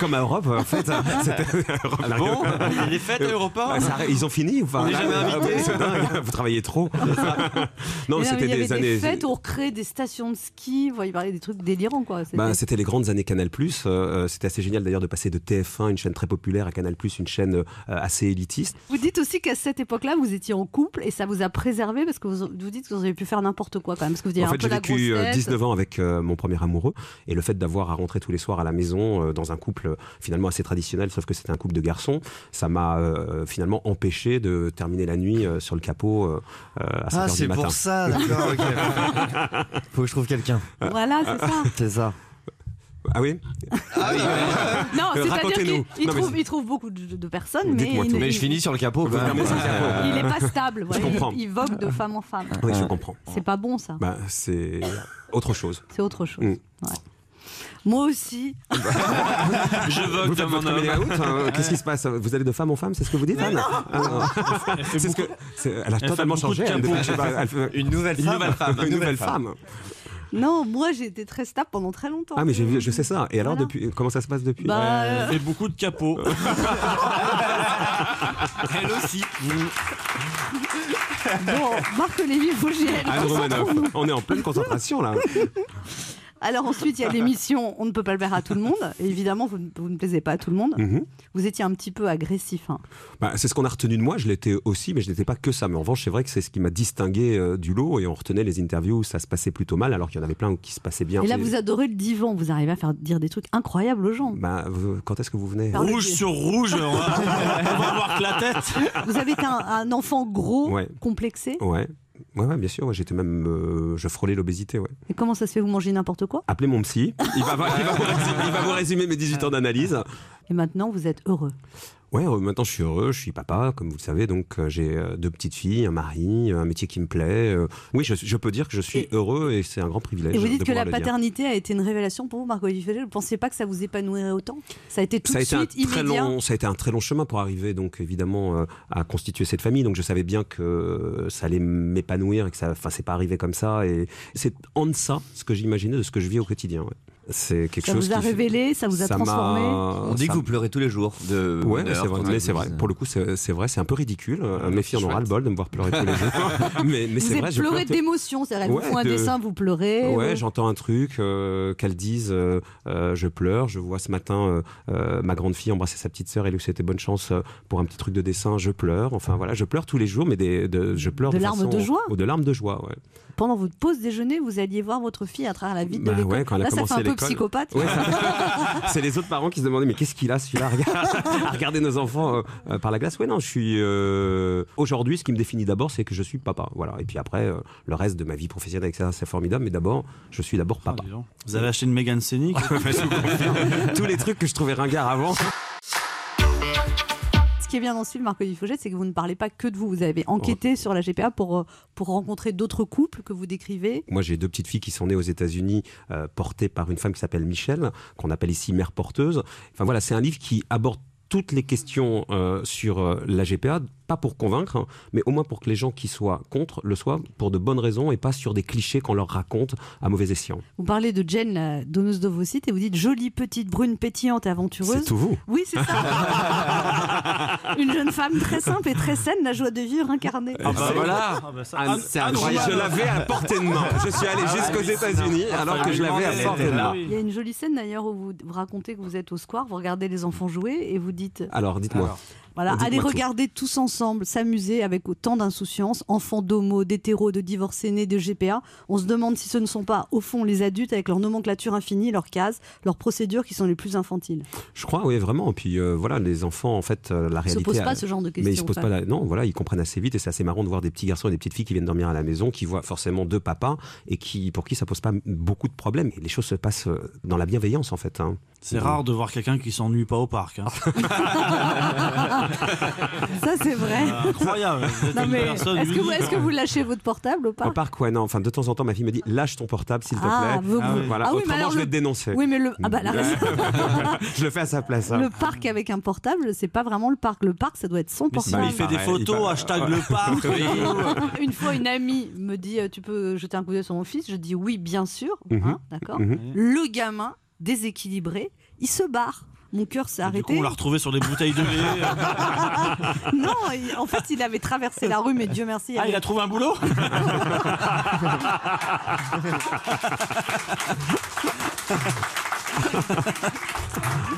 Speaker 6: comme à Europe en fait. C'était Europe
Speaker 4: Ah bon Les fêtes à l'aéroport
Speaker 6: Ah, ça arrête- ils ont fini ou pas
Speaker 4: On est jamais
Speaker 6: Ah
Speaker 4: invité.
Speaker 6: ouais, c'est dingue. Vous travaillez trop. non, mais
Speaker 1: Et là,
Speaker 6: c'était
Speaker 1: il y avait
Speaker 6: des
Speaker 1: des
Speaker 6: années.
Speaker 1: fêtes où on recréait des stations de ski. Vous voyez, il parlait des trucs délirants, quoi. C'était-
Speaker 6: Bah, c'était les grandes années Canal+. Euh, c'était assez génial d'ailleurs de passer de TF1, une chaîne très populaire, à Canal+, une chaîne euh, assez élitiste.
Speaker 1: Vous dites aussi qu'à cette époque-là, vous étiez en couple et ça vous a préservé parce que vous, vous dites que vous avez pu faire n'importe quoi quand même. Parce que vous disiez
Speaker 6: en
Speaker 1: un
Speaker 6: fait,
Speaker 1: peu
Speaker 6: j'ai
Speaker 1: la
Speaker 6: vécu euh,
Speaker 1: grossesse.
Speaker 6: 19 ans avec euh, mon premier amoureux et le fait d'avoir à rentrer tous les soirs à la maison euh, dans un couple euh, finalement assez traditionnel, sauf que c'était un couple de garçons, ça m'a euh, finalement empêché de terminer la nuit euh, sur le capot euh, euh, à 5
Speaker 10: Ah,
Speaker 6: heures du
Speaker 10: c'est
Speaker 6: matin.
Speaker 10: pour ça, d'accord, ok.
Speaker 6: [LAUGHS]
Speaker 10: Faut que je trouve quelqu'un,
Speaker 1: Voilà, c'est ça.
Speaker 10: c'est ça.
Speaker 6: Ah oui
Speaker 1: [LAUGHS] Non,
Speaker 6: Euh,
Speaker 1: c'est-à-dire
Speaker 6: racontez-nous.
Speaker 1: qu'il il
Speaker 6: Non, mais
Speaker 1: trouve,
Speaker 6: c'est-
Speaker 1: il trouve beaucoup de, de personnes, mais,
Speaker 6: Dites-moi
Speaker 1: il,
Speaker 6: tout.
Speaker 1: ne-
Speaker 4: Mais je
Speaker 1: il-
Speaker 4: finis sur le capot.
Speaker 6: Vous
Speaker 4: quoi.
Speaker 6: fermez son capot. Euh,
Speaker 1: il est
Speaker 6: [LAUGHS]
Speaker 1: pas stable. voilà.
Speaker 6: comprends. Euh,
Speaker 1: Il, Ah. il vogue de femme en femme.
Speaker 6: Oui, je comprends.
Speaker 1: C'est pas bon, ça.
Speaker 6: Bah, c'est autre chose.
Speaker 1: C'est autre chose.
Speaker 6: Mm.
Speaker 1: Ouais. Moi aussi.
Speaker 4: Je vogue
Speaker 6: Vous
Speaker 4: de
Speaker 6: faites
Speaker 4: mon
Speaker 6: votre coming
Speaker 4: homme.
Speaker 6: out, hein, Qu'est-ce qui se passe Vous allez de femme en femme, c'est ce que vous dites Anne Ah, non. C'est ce que c'est- elle a totalement changé. Elle, depuis, je sais pas, elle fait-
Speaker 10: Une nouvelle
Speaker 4: Une
Speaker 10: femme.
Speaker 4: nouvelle femme.
Speaker 6: une nouvelle femme.
Speaker 1: Non, moi, j'ai été très stable pendant très longtemps.
Speaker 6: Ah mais j'ai vu- je sais ça. Et alors
Speaker 1: Voilà.
Speaker 6: depuis comment ça se passe depuis
Speaker 1: Bah, euh,
Speaker 11: fait beaucoup de
Speaker 1: [LAUGHS]
Speaker 11: capots.
Speaker 4: Elle aussi.
Speaker 1: bon, Marc Lévy Vogel.
Speaker 6: Anne Romanoff, on est en pleine concentration
Speaker 1: [LAUGHS]
Speaker 6: là.
Speaker 1: Alors ensuite, il y a l'émission On ne peut pas le faire à tout le monde. Et évidemment, vous, ne- vous ne plaisez pas à tout le monde.
Speaker 6: Mhm.
Speaker 1: Vous étiez un petit peu agressif. hein.
Speaker 6: Bah, c'est ce qu'on a retenu de moi. Je l'étais aussi, mais je n'étais pas que ça. Mais en revanche, c'est vrai que c'est ce qui m'a distingué euh, du lot. Et on retenait les interviews où ça se passait plutôt mal, alors qu'il y en avait plein qui se passaient bien.
Speaker 1: Et là, vous adorez le divan. Vous arrivez à faire dire des trucs incroyables aux gens.
Speaker 6: Bah, vous- quand est-ce que vous venez
Speaker 1: Pardon.
Speaker 11: Rouge sur rouge, on va, on va voir que la tête.
Speaker 1: [LAUGHS] Vous avez été un, [LAUGHS] un enfant gros,
Speaker 6: Ouais. Oh.
Speaker 1: complexé.
Speaker 6: Ouais. Ouais, ouais, bien sûr. ouais, J'étais même, euh, je frôlais l'obésité. Ouais.
Speaker 1: Et comment ça se fait Vous mangez n'importe quoi
Speaker 6: Appelez mon psy. [LAUGHS] Il va, il va vous, résumer, il va vous résumer mes 18 ans d'analyse.
Speaker 1: Et maintenant, vous êtes heureux.
Speaker 6: Ouais, euh, maintenant je suis heureux, je suis papa, comme vous le savez, donc euh, j'ai euh, deux petites filles, un mari, un métier qui me plaît. euh, oui, je, je peux dire que je suis
Speaker 1: Et-
Speaker 6: heureux et c'est un grand privilège.
Speaker 1: Et vous
Speaker 6: Ben, de
Speaker 1: dites que
Speaker 6: pouvoir
Speaker 1: la
Speaker 6: le dire.
Speaker 1: paternité a été une révélation pour vous, Marc Olivier Fogel. Vous ne pensiez pas que ça vous épanouirait autant Ça a été tout
Speaker 6: ça a
Speaker 1: de
Speaker 6: été un
Speaker 1: suite,
Speaker 6: très
Speaker 1: immédiat.
Speaker 6: long, ça a été un très long chemin pour arriver donc évidemment euh, à constituer cette famille. Donc je savais bien que euh, ça allait m'épanouir et que ça, enfin c'est pas arrivé comme ça. Et c'est en deçà ce que j'imaginais de ce que je vis au quotidien. ouais. C'est quelque
Speaker 1: Ça
Speaker 6: chose
Speaker 1: vous a
Speaker 6: qui-
Speaker 1: révélé, ça vous a
Speaker 6: ça m'a-
Speaker 1: transformé.
Speaker 10: On dit
Speaker 6: ça
Speaker 10: que vous pleurez tous les jours de hein. Ah,
Speaker 6: Ouais,
Speaker 10: bonheur.
Speaker 6: c'est vrai, mais c'est vrai. Pour le coup, c'est c'est vrai, c'est un peu ridicule. Euh, Mes filles en ont ras le bol de me voir pleurer tous
Speaker 10: [LAUGHS]
Speaker 6: les jours. Mais, mais
Speaker 1: vous
Speaker 6: c'est vrai,
Speaker 1: êtes
Speaker 6: je
Speaker 1: pleuré
Speaker 6: pleure tout-
Speaker 1: d'émotion, c'est-à-dire elles vous
Speaker 6: Ouais,
Speaker 1: font un
Speaker 6: de-
Speaker 1: dessin, vous pleurez.
Speaker 6: Ouais,
Speaker 1: vous-
Speaker 6: j'entends un truc, euh, qu'elle dise euh, euh, je pleure. Je vois ce matin euh, euh, ma grande fille embrasser sa petite sœur et lui souhaiter bonne chance euh, pour un petit truc de dessin. Je pleure. Enfin voilà, je pleure tous les jours, mais des, de, je pleure
Speaker 1: De
Speaker 6: de,
Speaker 1: larmes
Speaker 6: façon-
Speaker 1: de joie
Speaker 6: ou de larmes de joie. Ouais.
Speaker 1: Pendant votre pause déjeuner, vous alliez voir votre fille à travers la vitre
Speaker 6: Bah
Speaker 1: de l'école.
Speaker 6: ouais, quand elle a
Speaker 1: Là, ça fait
Speaker 6: commencé
Speaker 1: un peu
Speaker 6: l'école.
Speaker 1: psychopathe.
Speaker 6: Ouais, ça- c'est les autres parents qui se demandaient mais qu'est-ce qu'il a celui-là Regarde- [LAUGHS] à regarder nos enfants euh, euh, par la glace. Ouais non, je suis euh, aujourd'hui ce qui me définit d'abord c'est que je suis papa. Voilà et puis après euh, le reste de ma vie professionnelle etc., c'est formidable mais d'abord je suis d'abord papa.
Speaker 11: Vous avez acheté une Mégane
Speaker 6: [LAUGHS]
Speaker 11: Scénic
Speaker 6: Tous les trucs que je trouvais ringards avant.
Speaker 1: [LAUGHS] Ce qui est bien dans ce film, Marco Fauget, c'est que vous ne parlez pas que de vous. Vous avez enquêté
Speaker 6: Oh.
Speaker 1: sur la GPA pour, euh, pour rencontrer d'autres couples que vous décrivez.
Speaker 6: Moi, j'ai deux petites filles qui sont nées aux États-Unis, euh, portées par une femme qui s'appelle Michelle, qu'on appelle ici mère porteuse. Enfin voilà, c'est un livre qui aborde toutes les questions euh, sur euh, la GPA, pas pour convaincre, hein, mais au moins pour que les gens qui soient contre le soient pour de bonnes raisons et pas sur des clichés qu'on leur raconte à mauvais escient.
Speaker 1: Vous parlez de Jane, la donneuse d'ovocytes, et vous dites jolie petite brune pétillante et aventureuse.
Speaker 6: C'est tout vous.
Speaker 1: Oui, c'est ça. Une jeune femme très simple et très saine, la joie de vivre incarnée.
Speaker 6: Ah bah voilà. Anne- c'est incroyable. Je l'avais à portée de main. Je suis allé
Speaker 11: Ah ouais,
Speaker 6: jusqu'aux
Speaker 11: c'est ça.
Speaker 6: États-Unis alors que je l'avais à
Speaker 11: Elle
Speaker 6: portée
Speaker 11: était
Speaker 6: de
Speaker 11: là.
Speaker 6: main.
Speaker 1: Il y a une jolie scène d'ailleurs où vous vous racontez que vous êtes au square, vous regardez les enfants jouer et vous dites
Speaker 6: Alors, dites-moi.
Speaker 1: Voilà,
Speaker 6: Dites-moi
Speaker 1: allez
Speaker 6: tout.
Speaker 1: regarder tous ensemble, s'amuser avec autant d'insouciance, enfants d'homo, d'hétéros, de divorcés nés, de GPA. On se demande si ce ne sont pas, au fond, les adultes avec leur nomenclature infinie, leurs cases, leurs procédures qui sont les plus infantiles.
Speaker 6: Je crois, oui, vraiment. Puis euh, voilà, les enfants, en fait, euh, la
Speaker 1: Ils se
Speaker 6: réalité.
Speaker 1: posent pas
Speaker 6: euh,
Speaker 1: ce genre de
Speaker 6: Mais ils se
Speaker 1: questions,
Speaker 6: posent
Speaker 1: en
Speaker 6: pas.
Speaker 1: fait.
Speaker 6: la- Non, voilà, ils comprennent assez vite et c'est assez marrant de voir des petits garçons et des petites filles qui viennent dormir à la maison, qui voient forcément deux papas et qui, pour qui ça pose pas beaucoup de problèmes. Et les choses se passent euh, dans la bienveillance, en fait. hein.
Speaker 11: C'est rare de voir quelqu'un qui s'ennuie pas au parc. hein.
Speaker 1: Ça, c'est vrai.
Speaker 11: Ah,
Speaker 6: [LAUGHS]
Speaker 11: Incroyable. Vous êtes
Speaker 1: Non,
Speaker 11: une
Speaker 1: mais
Speaker 11: personne
Speaker 1: est-ce que, vous,
Speaker 11: unique.
Speaker 1: est-ce que vous lâchez votre portable ou pas
Speaker 6: hein. Au parc, ouais, non. Enfin, de temps en temps, ma fille me dit lâche ton portable, s'il te plaît.
Speaker 1: Ah, vous- Ah oui.
Speaker 6: Voilà,
Speaker 1: Ah oui, mais
Speaker 6: autrement,
Speaker 1: alors
Speaker 6: je vais
Speaker 1: le-
Speaker 6: te dénoncer.
Speaker 1: Oui, mais le- ah bah, la raison-
Speaker 6: [LAUGHS] je le fais à sa place. hein.
Speaker 1: Le parc avec un portable, c'est pas vraiment le parc. Le parc, ça doit être son
Speaker 6: Mais c'est-
Speaker 1: portable.
Speaker 6: Ah il fait des photos, hashtag le [LAUGHS] parc.
Speaker 1: [LAUGHS] une fois, une amie me dit euh, Tu peux jeter un coup d'œil sur mon fils Je dis Oui, bien sûr.
Speaker 6: Mhm.
Speaker 1: Hein, D'accord
Speaker 6: Mhm.
Speaker 1: Le gamin, déséquilibré, il se barre. Mon cœur s'est arrêté.
Speaker 11: Du coup, on l'a retrouvé sur des bouteilles de lait.
Speaker 1: [LAUGHS] Non, il- en fait, il avait traversé la rue, mais Dieu merci.
Speaker 11: Ah, il
Speaker 1: avait-
Speaker 11: a trouvé un
Speaker 1: [LAUGHS]
Speaker 11: boulot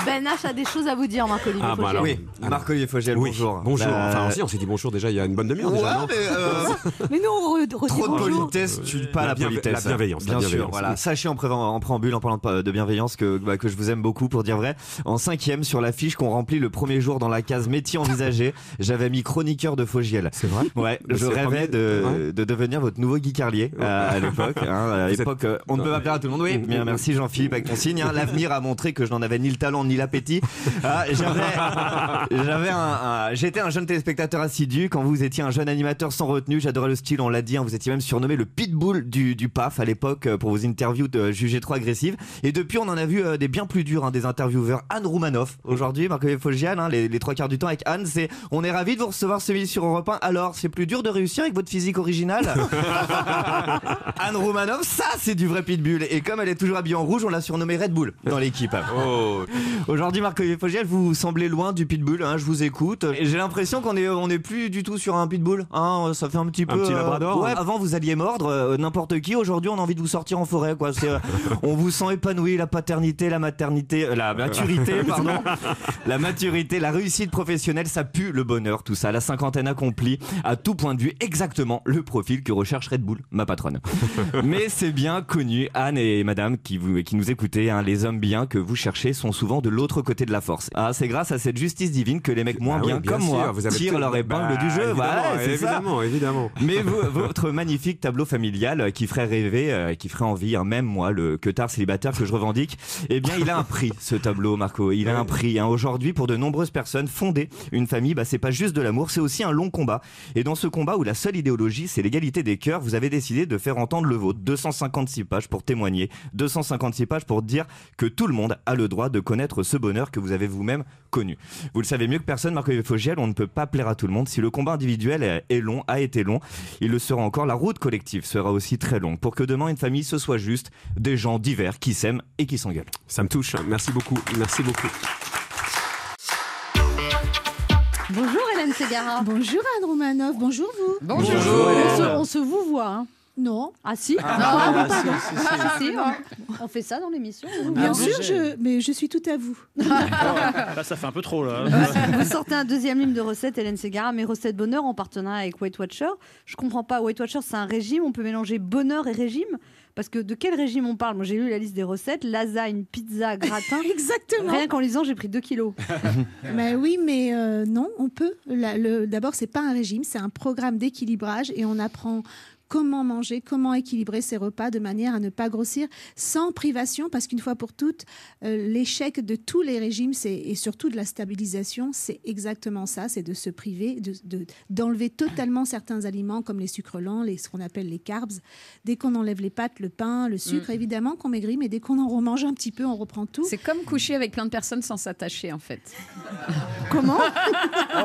Speaker 1: Ben H a des choses à vous dire, Marc-Olivier
Speaker 6: Ah, bah
Speaker 1: Faugiel.
Speaker 6: alors.
Speaker 10: Marc-Olivier Fogel,
Speaker 6: Oui,
Speaker 10: bonjour.
Speaker 6: Bonjour.
Speaker 10: Bah,
Speaker 6: Enfin, si, on s'est dit bonjour déjà il y a une bonne demi-heure
Speaker 10: Ouais,
Speaker 6: déjà. non Ah
Speaker 10: mais, euh,
Speaker 1: Mais nous, on re- redit
Speaker 10: Trop de
Speaker 1: bonjour.
Speaker 10: politesse tue pas
Speaker 6: La
Speaker 10: la,
Speaker 6: bienve-
Speaker 10: politesse.
Speaker 6: la bienveillance, la
Speaker 10: Bien sûr,
Speaker 6: bienveillance.
Speaker 10: voilà. Sachez en, préven- en préambule, en parlant de, de bienveillance, que, bah, que je vous aime beaucoup pour dire vrai. En cinquième, sur la fiche qu'on remplit le premier jour dans la case
Speaker 6: [LAUGHS]
Speaker 10: métier envisagé, j'avais mis chroniqueur de Fogiel. C'est
Speaker 6: vrai
Speaker 10: Ouais,
Speaker 6: Mais
Speaker 10: je
Speaker 6: c'est le
Speaker 10: rêvais
Speaker 6: premier-
Speaker 10: de, de devenir votre nouveau Guy Carlier euh, à l'époque. hein, à
Speaker 6: Vous Mm,
Speaker 10: l'époque, euh, on ne peut pas plaire à tout le monde. Oui, bien, merci Jean-Philippe avec ton signe. hein. L'avenir a montré que je n'en avais ni le talent
Speaker 6: [LAUGHS]
Speaker 10: ni l'appétit. Ah, j'avais, j'avais un, un- j'étais un jeune téléspectateur assidu quand vous étiez un jeune animateur sans retenue. J'adorais le style, on l'a dit. hein. vous étiez même surnommé le pitbull du, du PAF à l'époque euh, pour vos interviews de jugées trop agressives. Et depuis, on en a vu euh, des bien plus durs, hein, des intervieweurs. Anne Roumanoff, aujourd'hui, Marc-Olivier Fogial, hein, les, les trois quarts du temps avec Anne, c'est on est ravi de vous recevoir ce midi sur Europe 1. Alors, c'est plus dur de réussir avec votre physique originale Anne Roumanoff, ça c'est du vrai pitbull. Et comme elle est toujours habillée en rouge, on l'a surnommée Red Bull dans l'équipe.
Speaker 6: Oh.
Speaker 10: Aujourd'hui, Marc Fogiel, vous semblez loin du pitbull. hein, je vous écoute. Et J'ai l'impression qu'on est, on est plus du tout sur un pitbull. hein, ça fait un petit
Speaker 6: Un
Speaker 10: peu.
Speaker 6: petit labrador,
Speaker 10: ouais,
Speaker 6: hein.
Speaker 10: avant vous alliez mordre euh, n'importe qui. Aujourd'hui, on a envie de vous sortir en forêt.
Speaker 6: [LAUGHS]
Speaker 10: Quoi. C'est, euh, on vous sent épanoui. La paternité, la maternité, euh,
Speaker 6: [LAUGHS]
Speaker 10: la [LAUGHS] maturité, pardon. [LAUGHS] La maturité, la réussite professionnelle, ça pue le bonheur, tout ça. La cinquantaine accomplie, à tout point de vue, exactement le profil que recherche Red Bull, ma
Speaker 6: [LAUGHS]
Speaker 10: patronne. Mais c'est bien connu, Anne et madame qui, vous, qui nous écoutez, hein, les hommes bien que vous cherchez sont souvent de l'autre côté de la force. Ah, c'est grâce à cette justice divine que les mecs moins
Speaker 6: Ah oui,
Speaker 10: bien, comme
Speaker 6: sûr,
Speaker 10: moi
Speaker 6: vous avez
Speaker 10: tirent
Speaker 6: tout-
Speaker 10: leur épingle
Speaker 6: Bah,
Speaker 10: du jeu.
Speaker 6: évidemment,
Speaker 10: voilà, c'est ça.
Speaker 6: évidemment, évidemment.
Speaker 10: [LAUGHS] Mais vo- votre magnifique tableau familial euh, qui ferait rêver, euh, qui ferait envie, hein, même moi, le que tard célibataire que je revendique, eh bien, il a un prix, ce tableau, Marco. Il a un prix. hein. Aujourd'hui, pour de nombreuses personnes, fonder une famille, bah, c'est pas juste de l'amour, c'est aussi un long combat. Et dans ce combat où la seule idéologie, c'est l'égalité des cœurs, vous avez décidé de faire entendre le vôtre. 256 pages pour témoigner, 256 pages pour dire que tout le monde a le droit de connaître ce bonheur que vous avez vous-même connu. Vous le savez mieux que personne, Marco Fogiel, on ne peut pas plaire à tout le monde. Si le combat individuel est- est long, a été long, il le sera encore. La route collective sera aussi très longue pour que demain une famille ce soit juste des gens divers qui s'aiment et qui s'engueulent.
Speaker 6: Ça me touche. Merci beaucoup. Merci beaucoup.
Speaker 7: Bonjour Hélène Ségara. Bonjour Anne Romanoff, bonjour vous.
Speaker 12: Bonjour. Bonjour,
Speaker 7: On, se,
Speaker 12: Hélène.
Speaker 7: on se vous voit. hein. Non. Ah si
Speaker 12: Ah,
Speaker 7: Ah,
Speaker 12: ah,
Speaker 7: oui, pardon.
Speaker 12: si, si,
Speaker 1: bah,
Speaker 12: si.
Speaker 7: Si, si, on- on fait ça dans l'émission. on vous
Speaker 12: Bien
Speaker 7: voit.
Speaker 12: sûr, je-
Speaker 7: mais je suis tout à vous.
Speaker 11: Là, ça fait un peu trop, là.
Speaker 7: Vous sortez un deuxième livre de recettes, Hélène Ségara, mais recettes bonheur en partenariat avec Weight Watcher. Je comprends pas, Weight Watcher, c'est un régime, on peut mélanger bonheur et régime Parce que de quel régime on parle Moi, j'ai lu la liste des recettes lasagne, pizza, gratin.
Speaker 12: [LAUGHS] Exactement.
Speaker 7: Rien qu'en lisant, j'ai pris 2
Speaker 12: [LAUGHS]
Speaker 7: kilos.
Speaker 12: Mais oui, mais euh, non, on peut. La- le- D'abord, c'est pas un régime, c'est un programme d'équilibrage et on apprend comment manger, comment équilibrer ses repas de manière à ne pas grossir sans privation, parce qu'une fois pour toutes, euh, l'échec de tous les régimes c'est- et surtout de la stabilisation, c'est exactement ça, c'est de se priver, de- de- d'enlever totalement certains aliments comme les sucres lents, les, ce qu'on appelle les carbs. Dès qu'on enlève les pâtes, le pain, le sucre,
Speaker 3: Mm.
Speaker 12: évidemment qu'on maigrit, mais dès qu'on en remange un petit peu, on reprend tout.
Speaker 3: C'est comme coucher avec plein de personnes sans s'attacher en fait. [LAUGHS]
Speaker 12: Comment
Speaker 11: Oh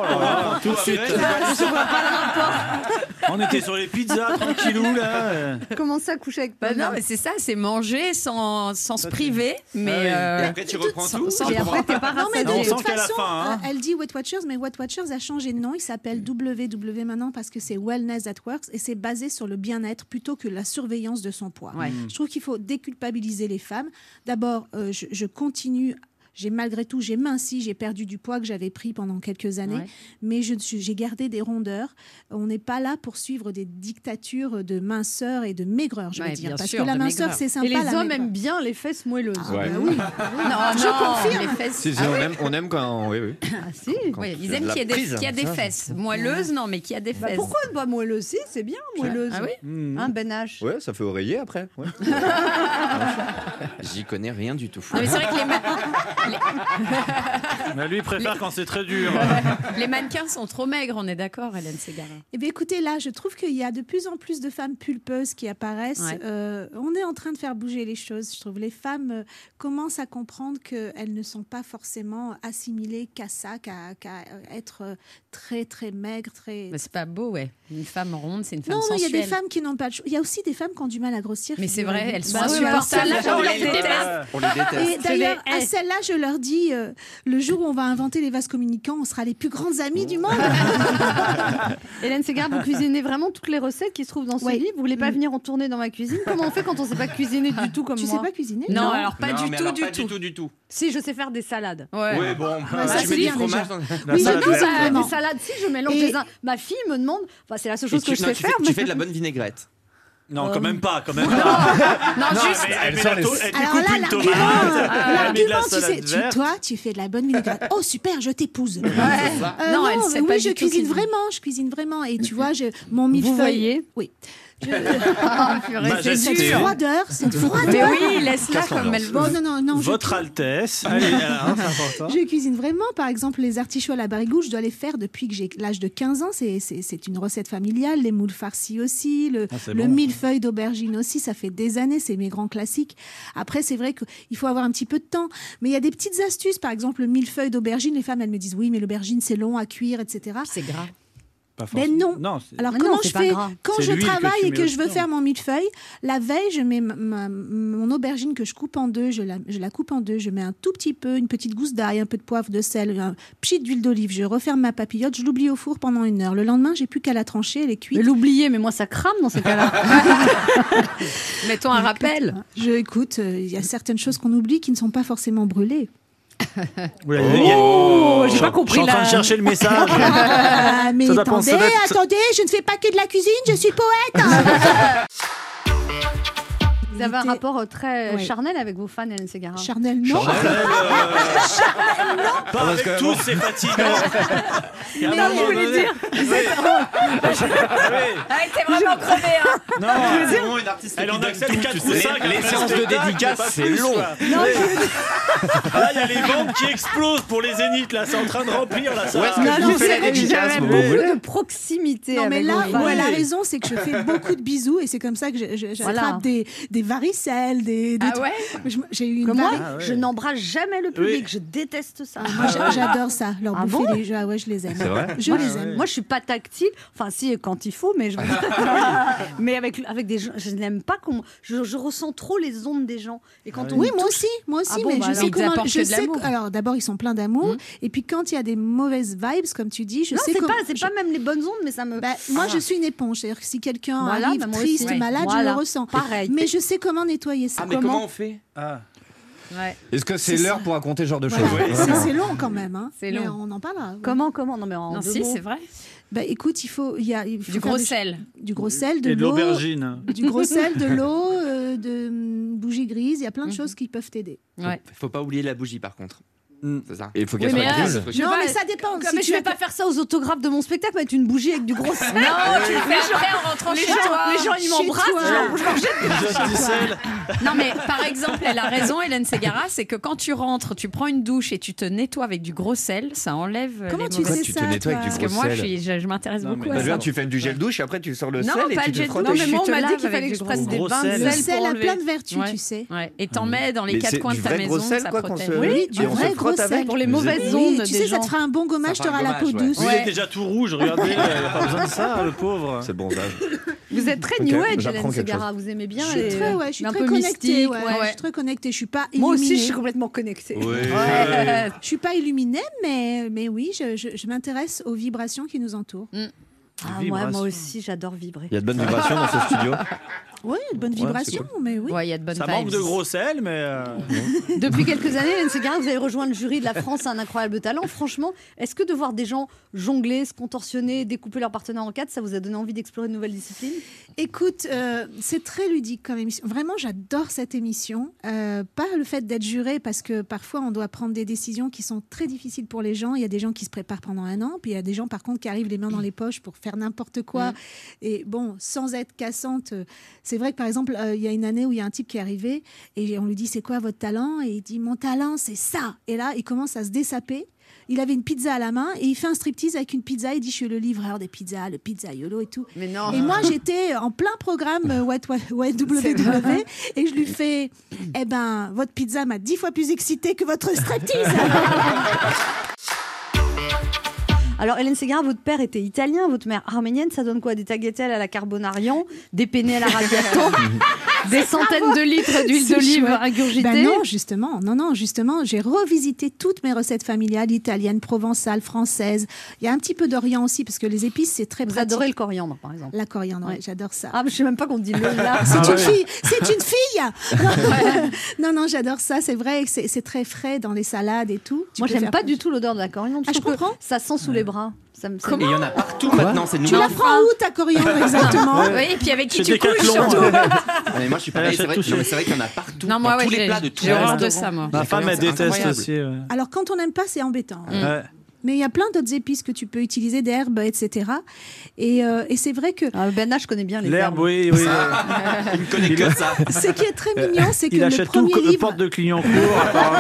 Speaker 11: Tout de suite.
Speaker 7: Je vois pas le rapport.
Speaker 11: On était sur les pizzas, tranquillou, là.
Speaker 7: Comment ça coucher avec
Speaker 3: bah Non, mais c'est ça, c'est manger sans, sans se priver. Mais
Speaker 11: Ah oui. Et
Speaker 3: euh,
Speaker 11: après, tu reprends
Speaker 3: sans-
Speaker 11: tout
Speaker 3: sans-
Speaker 11: Et après, t'es pas
Speaker 12: Non, mais de
Speaker 11: rassasié. On
Speaker 12: toute
Speaker 11: sent qu'à la
Speaker 12: façon,
Speaker 11: fin, hein.
Speaker 12: euh, elle dit Weight Watchers, mais Weight Watchers a changé de nom. Il s'appelle WW maintenant parce que c'est Wellness at Works et c'est basé sur le bien-être plutôt que la surveillance de son poids.
Speaker 3: Ouais.
Speaker 12: Je trouve qu'il faut déculpabiliser les femmes. D'abord, euh, je, je continue. J'ai malgré tout, j'ai minci, j'ai perdu du poids que j'avais pris pendant quelques années,
Speaker 3: Ouais.
Speaker 12: mais je ne suis- j'ai gardé des rondeurs. On n'est pas là pour suivre des dictatures de minceur et de maigreur, je
Speaker 3: Ouais,
Speaker 12: veux dire,
Speaker 3: bien
Speaker 12: parce
Speaker 3: sûr,
Speaker 12: que la
Speaker 3: de
Speaker 12: minceur
Speaker 3: maigreur.
Speaker 12: c'est sympa.
Speaker 3: Et les
Speaker 12: la
Speaker 3: hommes
Speaker 12: maigreur.
Speaker 7: aiment bien les fesses moelleuses.
Speaker 4: Ouais.
Speaker 12: bah oui.
Speaker 3: Non,
Speaker 12: Je
Speaker 3: non,
Speaker 12: confirme.
Speaker 3: les fesses.
Speaker 4: Si, si,
Speaker 3: Ah
Speaker 4: on,
Speaker 3: oui.
Speaker 4: aime, on aime quand. Oui, oui.
Speaker 7: Ah si
Speaker 3: Oui,
Speaker 4: tu
Speaker 3: ils
Speaker 4: as
Speaker 3: aiment
Speaker 4: de la
Speaker 3: qu'il y a des,
Speaker 4: prise,
Speaker 3: qu'il y a des
Speaker 4: ça.
Speaker 3: fesses. Moelleuses, non, mais qu'il y a des fesses.
Speaker 7: Bah, pourquoi ne pas moelleuse Si, c'est bien, moelleuse.
Speaker 3: Ah oui
Speaker 12: Hmm.
Speaker 4: Mhm.
Speaker 7: Hein, Ben H.
Speaker 4: Ouais, ça fait oreiller après.
Speaker 12: [LAUGHS]
Speaker 4: ouais. J'y connais rien du
Speaker 12: Ah,
Speaker 4: tout.
Speaker 3: Non, mais c'est vrai que
Speaker 7: [LAUGHS]
Speaker 3: les, ma-
Speaker 8: [LAUGHS]
Speaker 11: Mais lui, il préfère quand c'est très dur. [LAUGHS]
Speaker 3: les mannequins sont trop maigres, on est d'accord, Hélène Ségara.
Speaker 12: Eh bien, écoutez, là, je trouve qu'il y a de plus en plus de femmes pulpeuses qui apparaissent.
Speaker 3: Ouais.
Speaker 12: Euh, on est en train de faire bouger les choses, je trouve. Les femmes euh, commencent à comprendre qu'elles ne sont pas forcément assimilées qu'à ça, qu'à qu'à, euh, être euh, très, très maigres, très...
Speaker 3: Mais c'est pas beau, ouais. Une femme ronde, c'est une femme
Speaker 12: Non, non, il y a
Speaker 3: sensuelle.
Speaker 12: des femmes qui n'ont pas de chou- Il y a aussi des femmes qui ont du mal à grossir.
Speaker 3: Mais c'est vrai,
Speaker 12: figurez-vous.
Speaker 3: elles sont
Speaker 12: Bah oui,
Speaker 3: insupportables.
Speaker 12: alors celles-là,
Speaker 3: On
Speaker 12: je
Speaker 3: les
Speaker 12: leur-
Speaker 3: déteste.
Speaker 4: On les
Speaker 12: Et
Speaker 4: déteste.
Speaker 12: d'ailleurs,
Speaker 3: Je les
Speaker 12: à
Speaker 3: hais.
Speaker 12: celles-là, je leur dis, euh, le jour où on va inventer les vases communicants, on sera les plus grandes amies du
Speaker 3: [LAUGHS]
Speaker 12: monde. [LAUGHS]
Speaker 7: Hélène Ségara, vous cuisinez vraiment toutes les recettes qui se trouvent dans ce
Speaker 12: Ouais. Mm.
Speaker 7: livre. Vous voulez pas venir en tournée dans ma cuisine Comment on fait quand on sait pas cuisiner du tout comme
Speaker 12: Ah, Tu
Speaker 7: moi
Speaker 12: sais pas cuisiner
Speaker 7: Non,
Speaker 12: Non.
Speaker 7: alors pas
Speaker 4: Non,
Speaker 7: du
Speaker 4: mais
Speaker 7: tout,
Speaker 4: alors
Speaker 7: du
Speaker 4: pas
Speaker 7: tout.
Speaker 4: du tout, du tout.
Speaker 7: Si, je sais faire des salades.
Speaker 4: Ouais, bon,
Speaker 7: bah, ça,
Speaker 4: tu
Speaker 7: c'est
Speaker 4: mets du
Speaker 7: bien,
Speaker 4: fromage
Speaker 7: déjà.
Speaker 4: dans
Speaker 7: Oui, je peux
Speaker 12: ouais.
Speaker 7: faire des
Speaker 12: Vraiment.
Speaker 7: salades. Si, je mélange
Speaker 12: Et-
Speaker 7: les uns. Ma fille me demande. Enfin, c'est la seule chose
Speaker 4: Et tu-
Speaker 7: que je
Speaker 4: non,
Speaker 7: sais
Speaker 4: tu
Speaker 7: faire.
Speaker 4: fais-
Speaker 7: mais-
Speaker 4: Tu fais de la bonne vinaigrette.
Speaker 11: Non, quand même pas, quand même pas.
Speaker 3: Non, juste-
Speaker 11: mais
Speaker 4: Elle
Speaker 11: met
Speaker 4: sort
Speaker 11: la
Speaker 4: les-
Speaker 11: to- elle
Speaker 12: Alors
Speaker 11: découpe
Speaker 12: là,
Speaker 11: une
Speaker 12: l'argument,
Speaker 11: tomate, elle met de la
Speaker 12: l'argument, tu
Speaker 11: salade
Speaker 12: sais, tu-
Speaker 11: verte.
Speaker 12: toi, tu fais de la bonne vinaigrette. Oh super, je t'épouse. Euh,
Speaker 3: Non,
Speaker 12: non,
Speaker 3: elle
Speaker 12: mais
Speaker 3: sait
Speaker 12: oui,
Speaker 3: pas
Speaker 12: je
Speaker 3: du tout
Speaker 12: cuisine
Speaker 3: cuisiner.
Speaker 12: vraiment, je cuisine vraiment. Et tu vois, je, mon millefeuille.
Speaker 7: voyez
Speaker 12: Oui. Ah, Je- [LAUGHS] Bah,
Speaker 11: Majesté.
Speaker 12: cette froideur, cette
Speaker 3: Mais
Speaker 12: froideur.
Speaker 3: oui, laisse-la
Speaker 11: Casse
Speaker 3: comme
Speaker 11: l'ambiance.
Speaker 3: elle
Speaker 12: Bon, non, non, non. je
Speaker 11: Votre Altesse. Allez, alors, hein, c'est important.
Speaker 12: Je cuisine vraiment. Par exemple, les artichauts à la barigou, je dois les faire depuis que j'ai l'âge de 15 ans. C'est- C'est c'est une recette familiale. Les moules farcis aussi, le,
Speaker 11: Ah, c'est
Speaker 12: le
Speaker 11: bon.
Speaker 12: millefeuille d'aubergine aussi. Ça fait des années, c'est mes grands classiques. Après, c'est vrai qu'il faut avoir un petit peu de temps. Mais il y a des petites astuces. Par exemple, le millefeuille d'aubergine, les femmes, elles me disent oui, mais l'aubergine, c'est long à cuire, etc.
Speaker 3: C'est gras.
Speaker 11: Pas
Speaker 12: Mais
Speaker 11: forcément.
Speaker 12: Ben non.
Speaker 11: Non, c'est-
Speaker 12: Alors
Speaker 7: Mais
Speaker 12: comment
Speaker 7: non, c'est
Speaker 12: je
Speaker 7: pas
Speaker 12: fais
Speaker 7: gras.
Speaker 12: quand
Speaker 11: C'est
Speaker 12: je
Speaker 11: l'huile que tu
Speaker 12: travaille et
Speaker 11: mets
Speaker 12: que je veux
Speaker 11: au-dessus.
Speaker 12: faire mon millefeuille La veille, je mets ma- ma- mon aubergine que je coupe en deux, je la, je la coupe en deux, je mets un tout petit peu, une petite gousse d'ail, un peu de poivre, de sel, un pchit d'huile d'olive. Je referme ma papillote, je l'oublie au four pendant une heure. Le lendemain, j'ai plus qu'à la trancher, elle est
Speaker 7: Mais
Speaker 12: cuite.
Speaker 7: l'oublier, mais moi ça crame dans ces
Speaker 12: [LAUGHS]
Speaker 7: cas-là.
Speaker 3: Mettons un rappel.
Speaker 12: Je écoute, euh, il y a certaines choses qu'on oublie qui ne sont pas
Speaker 7: [LAUGHS]
Speaker 12: forcément brûlées.
Speaker 11: Oula,
Speaker 12: Oh
Speaker 11: il y a-
Speaker 3: Oh,
Speaker 7: j'ai pas compris,
Speaker 11: Je suis en train
Speaker 7: là.
Speaker 11: de chercher le message.
Speaker 12: Ah, mais
Speaker 11: Ça doit penser
Speaker 12: attendez,
Speaker 11: d'être-
Speaker 12: attendez, je ne fais pas que de la cuisine, je suis
Speaker 4: [LAUGHS]
Speaker 12: poète.
Speaker 7: Vous avez un rapport euh, très euh,
Speaker 12: Ouais.
Speaker 7: charnel avec vos fans, Hélène Ségara.
Speaker 12: Charnel, non.
Speaker 4: euh, [LAUGHS] Ah,
Speaker 11: Pas avec tous, c'est fatigant. Il y a un
Speaker 7: Non,
Speaker 11: moment
Speaker 7: je voulais
Speaker 11: donné-
Speaker 7: dire,
Speaker 11: Ah
Speaker 3: Ah, t'es vraiment crevé, hein
Speaker 11: oui, Non,
Speaker 4: Vraiment une artiste
Speaker 11: elle
Speaker 4: qui
Speaker 11: en
Speaker 4: donne
Speaker 11: accepte
Speaker 4: tout,
Speaker 11: 4
Speaker 4: tu
Speaker 11: ou
Speaker 4: sais.
Speaker 11: 5.
Speaker 4: Les séances de dédicace, c'est long.
Speaker 11: Non, Là, il y a les ventes qui explosent pour les zéniths. Là, c'est en train de remplir. Là, ça.
Speaker 4: Où est-ce que
Speaker 7: Non,
Speaker 4: vous
Speaker 7: je
Speaker 4: faites
Speaker 7: sais,
Speaker 4: la dédicace,
Speaker 7: j'avais
Speaker 4: mon beau
Speaker 7: beaucoup de proximité
Speaker 12: Non, mais
Speaker 7: avec
Speaker 12: là
Speaker 7: vos
Speaker 12: où
Speaker 7: fans.
Speaker 12: elle a raison, c'est que je fais beaucoup de bisous et c'est comme ça que je- je- j'attrape
Speaker 7: Voilà.
Speaker 12: des, des varicelles, des. des
Speaker 1: Ah
Speaker 12: trucs.
Speaker 1: ouais
Speaker 12: Je- J'ai eu une
Speaker 1: Comme moi,
Speaker 12: varie-
Speaker 10: Ah
Speaker 1: je n'embrasse jamais le public, je déteste ça.
Speaker 12: Ah, Moi, j'a- j'adore ça, leur
Speaker 1: Ah
Speaker 12: bouffer
Speaker 1: bon
Speaker 12: les jeux. Ah ouais, je les aime.
Speaker 1: C'est vrai
Speaker 12: Je
Speaker 1: Moi,
Speaker 12: les
Speaker 1: je-
Speaker 12: aime.
Speaker 1: Moi, je suis pas tactile. Enfin, si, quand il faut, mais je. [LAUGHS] mais avec, avec des gens, je n'aime pas qu'on. Je, je ressens trop les ondes des gens. Et
Speaker 10: Ah
Speaker 1: quand on
Speaker 12: Ah oui,
Speaker 1: me
Speaker 12: moi
Speaker 1: touche-
Speaker 12: aussi, moi aussi,
Speaker 1: Ah bon,
Speaker 12: mais
Speaker 1: bah
Speaker 12: je
Speaker 1: alors.
Speaker 12: sais
Speaker 1: Ils
Speaker 12: comment.
Speaker 1: apportent
Speaker 12: Je
Speaker 1: que de
Speaker 12: sais
Speaker 1: l'amour. Hum.
Speaker 12: alors d'abord ils sont pleins d'amour, et puis quand il y a des mauvaises vibes, comme tu dis, je
Speaker 1: Non,
Speaker 12: sais
Speaker 1: c'est
Speaker 12: comment.
Speaker 1: pas, c'est
Speaker 12: je-
Speaker 1: pas même les bonnes ondes, mais ça me. Ah.
Speaker 12: Bah, moi, je suis une éponge. C'est-à-dire que si quelqu'un
Speaker 1: Voilà,
Speaker 12: arrive
Speaker 1: bah, moi aussi.
Speaker 12: triste,
Speaker 1: Ouais.
Speaker 12: malade,
Speaker 1: Voilà.
Speaker 12: je le ressens.
Speaker 1: Pareil.
Speaker 12: Mais je sais comment nettoyer ça.
Speaker 10: Ah, mais comment on fait Ah. Est-ce que c'est
Speaker 12: C'est
Speaker 10: l'heure pour raconter ce genre de choses
Speaker 12: Voilà. C'est- C'est long quand même. hein.
Speaker 1: C'est
Speaker 12: Mais
Speaker 1: long.
Speaker 12: on en parlera.
Speaker 1: Comment, comment Non, mais en deux mots.
Speaker 12: Bah, écoute, il faut. Il y a, il faut
Speaker 1: Du
Speaker 12: faire
Speaker 1: gros
Speaker 12: des-
Speaker 1: sel.
Speaker 12: Du gros sel, de
Speaker 11: Et de
Speaker 12: l'eau.
Speaker 11: l'aubergine.
Speaker 12: Du gros
Speaker 11: [LAUGHS]
Speaker 12: sel, de l'eau, euh, de hum, bougies grises. Il y a
Speaker 1: Mhm.
Speaker 12: plein de choses qui peuvent t'aider.
Speaker 4: Faut pas oublier la bougie par contre. C'est ça.
Speaker 10: Et il faut
Speaker 12: qu'elle
Speaker 10: soit
Speaker 1: ah,
Speaker 12: Non, mais ça dépend.
Speaker 1: Comme- mais je vais pas faire ça aux autographes de mon spectacle, mettre une bougie avec du [LAUGHS] gros sel.
Speaker 3: Non, tu le fais
Speaker 1: Les
Speaker 3: après
Speaker 1: gens-
Speaker 3: en rentrant
Speaker 1: les
Speaker 3: chez
Speaker 1: gens-
Speaker 3: toi.
Speaker 1: Les gens, ils
Speaker 3: Chez
Speaker 1: m'embrassent,
Speaker 3: toi.
Speaker 1: je leur- je leur
Speaker 12: Oh
Speaker 1: jette des
Speaker 11: Jette du sel.
Speaker 3: Non, mais par exemple, elle a raison, Hélène Ségara, c'est que quand tu rentres, tu prends une douche et tu te nettoies avec du gros sel, ça enlève.
Speaker 12: Comment
Speaker 3: les
Speaker 12: tu
Speaker 3: mauvaises-
Speaker 12: sais Tu te ça, nettoies avec du
Speaker 3: Parce
Speaker 12: gros
Speaker 3: que moi,
Speaker 12: sel.
Speaker 3: je, suis- je- je m'intéresse beaucoup
Speaker 10: Bah,
Speaker 3: à ça.
Speaker 10: viens, tu fais du gel douche et après tu sors le
Speaker 3: Non,
Speaker 10: sel et
Speaker 3: pas
Speaker 10: tu
Speaker 3: le
Speaker 10: te
Speaker 3: jet
Speaker 10: frottes.
Speaker 3: Non,
Speaker 10: et
Speaker 3: mais
Speaker 10: tu
Speaker 3: moi,
Speaker 10: te
Speaker 3: on m'a
Speaker 10: laves
Speaker 3: dit qu'il
Speaker 10: avec
Speaker 3: fallait
Speaker 10: du
Speaker 3: que je presse
Speaker 10: gros
Speaker 3: des bains
Speaker 10: sel.
Speaker 3: de
Speaker 12: Le
Speaker 3: sel.
Speaker 12: sel
Speaker 3: pour
Speaker 12: a plein
Speaker 3: enlever.
Speaker 12: de vertus,
Speaker 3: Ouais.
Speaker 12: tu sais.
Speaker 3: Ouais. Et t'en mets dans les
Speaker 10: Mais
Speaker 3: quatre
Speaker 10: c'est
Speaker 3: coins
Speaker 10: du
Speaker 3: de ta
Speaker 10: vrai
Speaker 3: maison.
Speaker 10: gros sel,
Speaker 3: ça
Speaker 10: quoi, qu'on se-
Speaker 3: protège.
Speaker 10: Oui, du Et on se vrai frotte gros avec. sel.
Speaker 1: Pour les
Speaker 10: Oui,
Speaker 1: mauvaises
Speaker 12: Oui,
Speaker 1: ondes.
Speaker 12: tu
Speaker 1: des
Speaker 12: sais, ça
Speaker 1: gens.
Speaker 12: te fera un bon gommage,
Speaker 10: Ça
Speaker 12: tu
Speaker 10: fera
Speaker 12: auras
Speaker 10: un
Speaker 12: la peau
Speaker 10: gommage, ouais.
Speaker 12: douce.
Speaker 11: Il est déjà tout rouge, regardez, euh, il a pas besoin de
Speaker 4: hein,
Speaker 11: ça, le pauvre.
Speaker 10: C'est bronzage.
Speaker 1: Vous êtes très
Speaker 10: Ok,
Speaker 1: new age,
Speaker 10: j'apprends
Speaker 1: Hélène
Speaker 10: quelque
Speaker 1: Segara.
Speaker 10: chose.
Speaker 1: Vous aimez bien
Speaker 12: Je suis
Speaker 1: les-
Speaker 12: très, ouais, je suis
Speaker 1: un
Speaker 12: très
Speaker 1: peu
Speaker 12: connectée.
Speaker 1: mystique,
Speaker 12: ouais,
Speaker 1: ouais.
Speaker 12: Je suis très connectée. Je suis pas
Speaker 1: Moi aussi,
Speaker 12: illuminée.
Speaker 1: je suis complètement connectée.
Speaker 10: Ouais.
Speaker 12: Ouais. Je suis pas illuminée, mais, mais oui, je, je- je m'intéresse aux vibrations qui nous entourent.
Speaker 1: Ah, moi, moi aussi, j'adore vibrer.
Speaker 10: Il y a de bonnes vibrations dans ce
Speaker 12: [LAUGHS]
Speaker 10: studio.
Speaker 12: Oui, de bonnes
Speaker 10: Ouais,
Speaker 12: vibrations,
Speaker 10: c'est cool.
Speaker 12: mais oui.
Speaker 3: Ouais, il y a de bonnes
Speaker 11: Ça manque de gros sel, mais. euh,
Speaker 1: Depuis quelques années, Hélène Segara, vous avez rejoint le jury de la France, un incroyable talent. Franchement, est-ce que de voir des gens jongler, se contorsionner, découper leur partenaire en quatre, ça vous a donné envie d'explorer de nouvelles disciplines
Speaker 12: Écoute, euh, c'est très ludique comme émission. Vraiment, j'adore cette émission. Euh, pas le fait d'être juré, parce que parfois on doit prendre des décisions qui sont très difficiles pour les gens. Il y a des gens qui se préparent pendant un an, puis il y a des gens par contre qui arrivent les mains dans les poches pour faire n'importe
Speaker 3: Mm.
Speaker 12: quoi. Et bon, sans être cassante, euh, c'est vrai que par exemple, euh, il y a une année où il y a un type qui est arrivé et on lui dit c'est quoi votre talent Et il dit mon talent, c'est ça. Et là, il commence à se dessaper. Il avait une pizza à la main et il fait un striptease avec une pizza. Il dit Je suis le livreur des pizzas, le pizzaiolo et tout.
Speaker 3: Mais
Speaker 1: Oh.
Speaker 3: non.
Speaker 12: Et moi, j'étais en plein programme euh, What- What- WW et je lui fais Eh ben, votre pizza m'a dix fois plus excitée que votre striptease.
Speaker 1: Alors, Hélène Segara, votre père était italien, votre mère arménienne, ça donne quoi Des tagliatelles à la carbonarian, des penne à la
Speaker 3: [LAUGHS]
Speaker 1: raviato, des centaines de litres d'huile
Speaker 12: Ah, C'est
Speaker 1: d'olive
Speaker 12: chouette.
Speaker 1: ingurgitée
Speaker 12: Ben non,
Speaker 1: [LAUGHS]
Speaker 12: justement, non, non, justement, j'ai revisité toutes mes recettes familiales, italiennes, provençales, françaises. Il y a un petit peu d'Orient aussi, parce que les épices, c'est très
Speaker 1: Vous
Speaker 12: pratique.
Speaker 1: adorez le coriandre, par exemple
Speaker 12: La coriandre, ouais, j'adore ça.
Speaker 1: Ah, mais je sais même pas qu'on dit le
Speaker 12: [LAUGHS]
Speaker 1: là.
Speaker 4: Ah
Speaker 12: C'est une fille, c'est une
Speaker 1: [LAUGHS]
Speaker 12: fille. Non, non, j'adore ça. C'est vrai, c'est c'est très frais dans les salades et tout. Tu
Speaker 1: Moi,
Speaker 12: peux
Speaker 1: j'aime
Speaker 12: faire
Speaker 1: pas du tout l'odeur de la coriandre.
Speaker 12: Ah, je
Speaker 1: trouve que ça sent sous les bras. Ça me, ça me-
Speaker 4: Et il y en a partout maintenant, c'est
Speaker 12: Tu
Speaker 4: nouveau.
Speaker 12: la prends où ta coriandre
Speaker 4: [LAUGHS]
Speaker 12: exactement
Speaker 3: Oui, et puis avec qui
Speaker 4: Chez
Speaker 3: tu couches
Speaker 4: Decathlon.
Speaker 3: surtout.
Speaker 4: Ah, mais moi je suis pareil, c'est vrai, non, mais c'est vrai qu'il y en a partout.
Speaker 3: Non, moi,
Speaker 4: dans
Speaker 3: ouais,
Speaker 4: tous les
Speaker 3: j'ai-
Speaker 4: plats de tous
Speaker 3: j'ai
Speaker 4: les
Speaker 3: horreur de
Speaker 4: restaurants.
Speaker 3: Ah, ça, moi.
Speaker 11: Ma
Speaker 4: Les
Speaker 11: femme, elle
Speaker 4: coriandres, c'est
Speaker 11: déteste
Speaker 4: incroyable.
Speaker 11: aussi. ouais.
Speaker 12: Alors quand on n'aime pas, c'est embêtant. hein.
Speaker 11: Ouais.
Speaker 12: Mais il y a plein d'autres épices que tu peux utiliser, d'herbes, etc. Et, euh, et c'est vrai que
Speaker 1: Ben H, je connais bien les
Speaker 11: L'herbe,
Speaker 1: herbes.
Speaker 11: oui, oui.
Speaker 4: Il me connaît que ça.
Speaker 12: [LAUGHS] ce qui est très mignon, c'est que
Speaker 11: Euh, Il
Speaker 12: le
Speaker 11: achète tout,
Speaker 12: premier
Speaker 11: co-
Speaker 12: livre,
Speaker 11: porte de Clignancourt,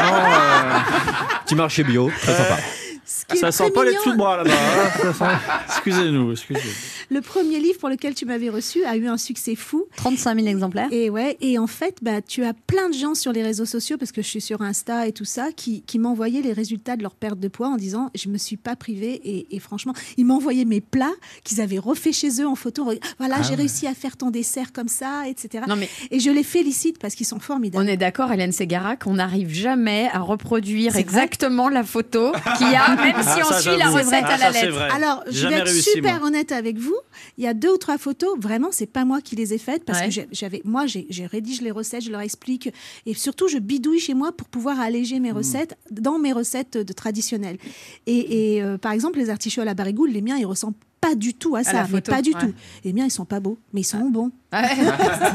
Speaker 11: apparemment. euh,
Speaker 13: Petit marché bio, très sympa.
Speaker 12: ce qui est
Speaker 11: Ça
Speaker 12: très
Speaker 11: sent pas les
Speaker 12: mignon,
Speaker 11: dessous de bras là-bas. hein. Ça sent- Excusez-nous, excusez-nous.
Speaker 12: le premier livre pour lequel tu m'avais reçu a eu un succès fou.
Speaker 1: 35 000 exemplaires.
Speaker 12: Et ouais, et en fait, bah, tu as plein de gens sur les réseaux sociaux parce que je suis sur Insta et tout ça qui, qui m'envoyaient les résultats de leur perte de poids en disant je me suis pas privée et, et franchement, ils m'envoyaient mes plats qu'ils avaient refait chez eux en photo. Re- Voilà,
Speaker 11: Ah
Speaker 12: j'ai réussi à faire ton dessert comme ça, etc.
Speaker 3: Non, mais-
Speaker 12: Et je les félicite parce qu'ils sont
Speaker 3: On
Speaker 12: formidables.
Speaker 3: est d'accord, Hélène Ségara, qu'on n'arrive jamais à reproduire
Speaker 12: C'est vrai
Speaker 3: exactement la photo qu'il
Speaker 12: [LAUGHS]
Speaker 3: y a, hein, même si
Speaker 11: Ah,
Speaker 3: on
Speaker 11: ça,
Speaker 3: suit la
Speaker 11: j'avoue.
Speaker 3: recette
Speaker 11: Ah,
Speaker 3: à la
Speaker 11: ça, c'est
Speaker 3: lettre.
Speaker 11: vrai.
Speaker 12: Alors,
Speaker 11: J'ai
Speaker 12: je vais
Speaker 11: jamais
Speaker 12: être
Speaker 11: réussi,
Speaker 12: super
Speaker 11: moi.
Speaker 12: honnête avec vous. Il y a deux ou trois photos, vraiment, c'est pas moi qui les ai faites parce
Speaker 3: Ouais.
Speaker 12: que j'ai- j'avais, moi, j'ai j'ai rédige les recettes, je leur explique et surtout, je bidouille chez moi pour pouvoir alléger
Speaker 11: Hmm.
Speaker 12: mes recettes dans mes recettes de traditionnelles. Et, et, euh, par exemple, les artichauts à la barigoule, les miens, ils ressemblent pas du tout à ça,
Speaker 3: la
Speaker 12: mais
Speaker 3: photo,
Speaker 12: pas du
Speaker 3: ouais.
Speaker 12: tout. Les miens, ils sont pas beaux, mais ils sont bons.
Speaker 3: Ouais.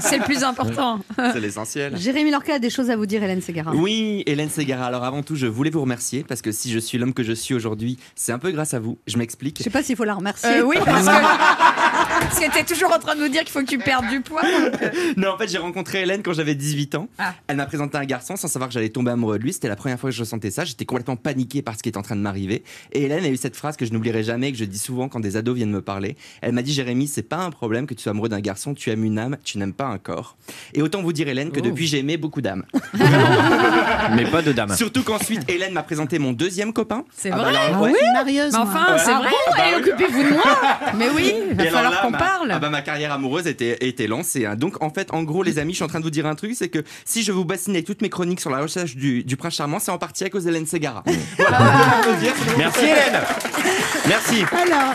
Speaker 3: C'est le plus important.
Speaker 4: [LAUGHS] C'est l'essentiel.
Speaker 1: Jérémy Lorca a des choses à vous dire, Hélène Segara.
Speaker 4: Oui, Hélène Ségara. Alors avant tout, je voulais vous remercier parce que si je suis l'homme que je suis aujourd'hui, c'est un peu grâce à vous. Je
Speaker 3: [LAUGHS]
Speaker 4: m'explique.
Speaker 1: Je sais pas s'il faut la remercier.
Speaker 3: Euh, oui, parce que Parce que t'es toujours en train de nous dire qu'il faut que tu perdes du poids.
Speaker 4: Ah, [LAUGHS] non, en fait, j'ai rencontré Hélène quand j'avais 18 ans.
Speaker 3: Ah.
Speaker 4: Elle m'a présenté un garçon sans savoir que j'allais tomber amoureux de lui. C'était la première fois que je ressentais ça. J'étais complètement paniqué par ce qui était en train de m'arriver. Et Hélène a eu cette phrase que je n'oublierai jamais, que je dis souvent quand des ados viennent me parler. Elle m'a dit Jérémy, c'est pas un problème que tu sois amoureux d'un garçon. Tu aimes une âme, tu n'aimes pas un corps. Et autant vous dire, Hélène, que depuis, j'ai aimé beaucoup d'âmes.
Speaker 14: [LAUGHS] Mais pas de dame.
Speaker 4: Surtout qu'ensuite, Hélène m'a présenté mon deuxième copain.
Speaker 3: C'est
Speaker 4: Ah bah
Speaker 3: vrai
Speaker 4: alors, ouais.
Speaker 3: Mais Enfin,
Speaker 4: Ouais.
Speaker 3: c'est
Speaker 4: Ah
Speaker 3: vrai.
Speaker 4: bon Bah
Speaker 3: Et
Speaker 4: oui.
Speaker 3: Eh, occupez-vous de moi. [LAUGHS] Mais oui, il
Speaker 4: Et
Speaker 3: va
Speaker 4: alors
Speaker 3: falloir
Speaker 4: là,
Speaker 3: qu'on
Speaker 4: ma-
Speaker 3: parle.
Speaker 4: ah bah, ma carrière amoureuse était, était lancée. hein. Donc en fait, en gros, les amis, je suis en train de vous dire un truc, c'est que si je vous bassine avec toutes mes chroniques sur la recherche du, du prince charmant, c'est en partie à cause
Speaker 3: [LAUGHS]
Speaker 4: d'Hélène Segara.
Speaker 14: Merci Hélène. Merci.
Speaker 12: Alors,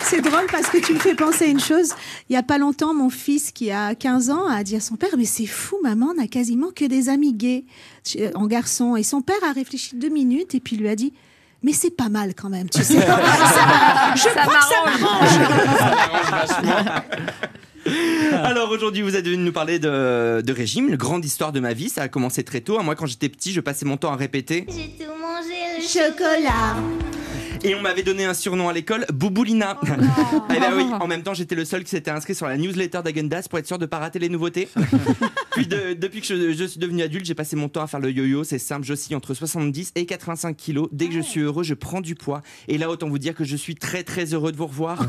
Speaker 12: c'est drôle parce que tu me fais penser à une chose. Il n'y a pas longtemps, mon fils qui a 15 ans a dit à son père Mais c'est fou, maman n'a quasiment que des amis gays chez- en garçon. Et son père a réfléchi deux minutes et puis lui a dit Mais c'est pas mal quand même, tu sais. Ça m'a- je
Speaker 3: Ça
Speaker 12: crois que ça m'arrange.
Speaker 4: Alors aujourd'hui, vous êtes venu nous parler de, de régime, une grande histoire de ma vie. Ça a commencé très tôt. hein. Moi, quand j'étais petit, je passais mon temps à répéter.
Speaker 9: J'ai tout mangé le
Speaker 12: chocolat.
Speaker 4: Et on m'avait donné un surnom à l'école,
Speaker 3: Oh
Speaker 4: Bouboulina. [LAUGHS] Eh ben oui, en même temps, j'étais le seul qui s'était inscrit sur la newsletter d'Agendas pour être sûr de pas rater
Speaker 3: [LAUGHS]
Speaker 4: les nouveautés. [LAUGHS] Puis de- depuis que je, je suis devenu adulte, j'ai passé mon temps à faire le yo-yo. C'est simple, j'oscille entre 70 et 85 kilos. Dès que je suis heureux, je prends du poids. Et là, autant vous dire que je suis très très heureux de vous revoir.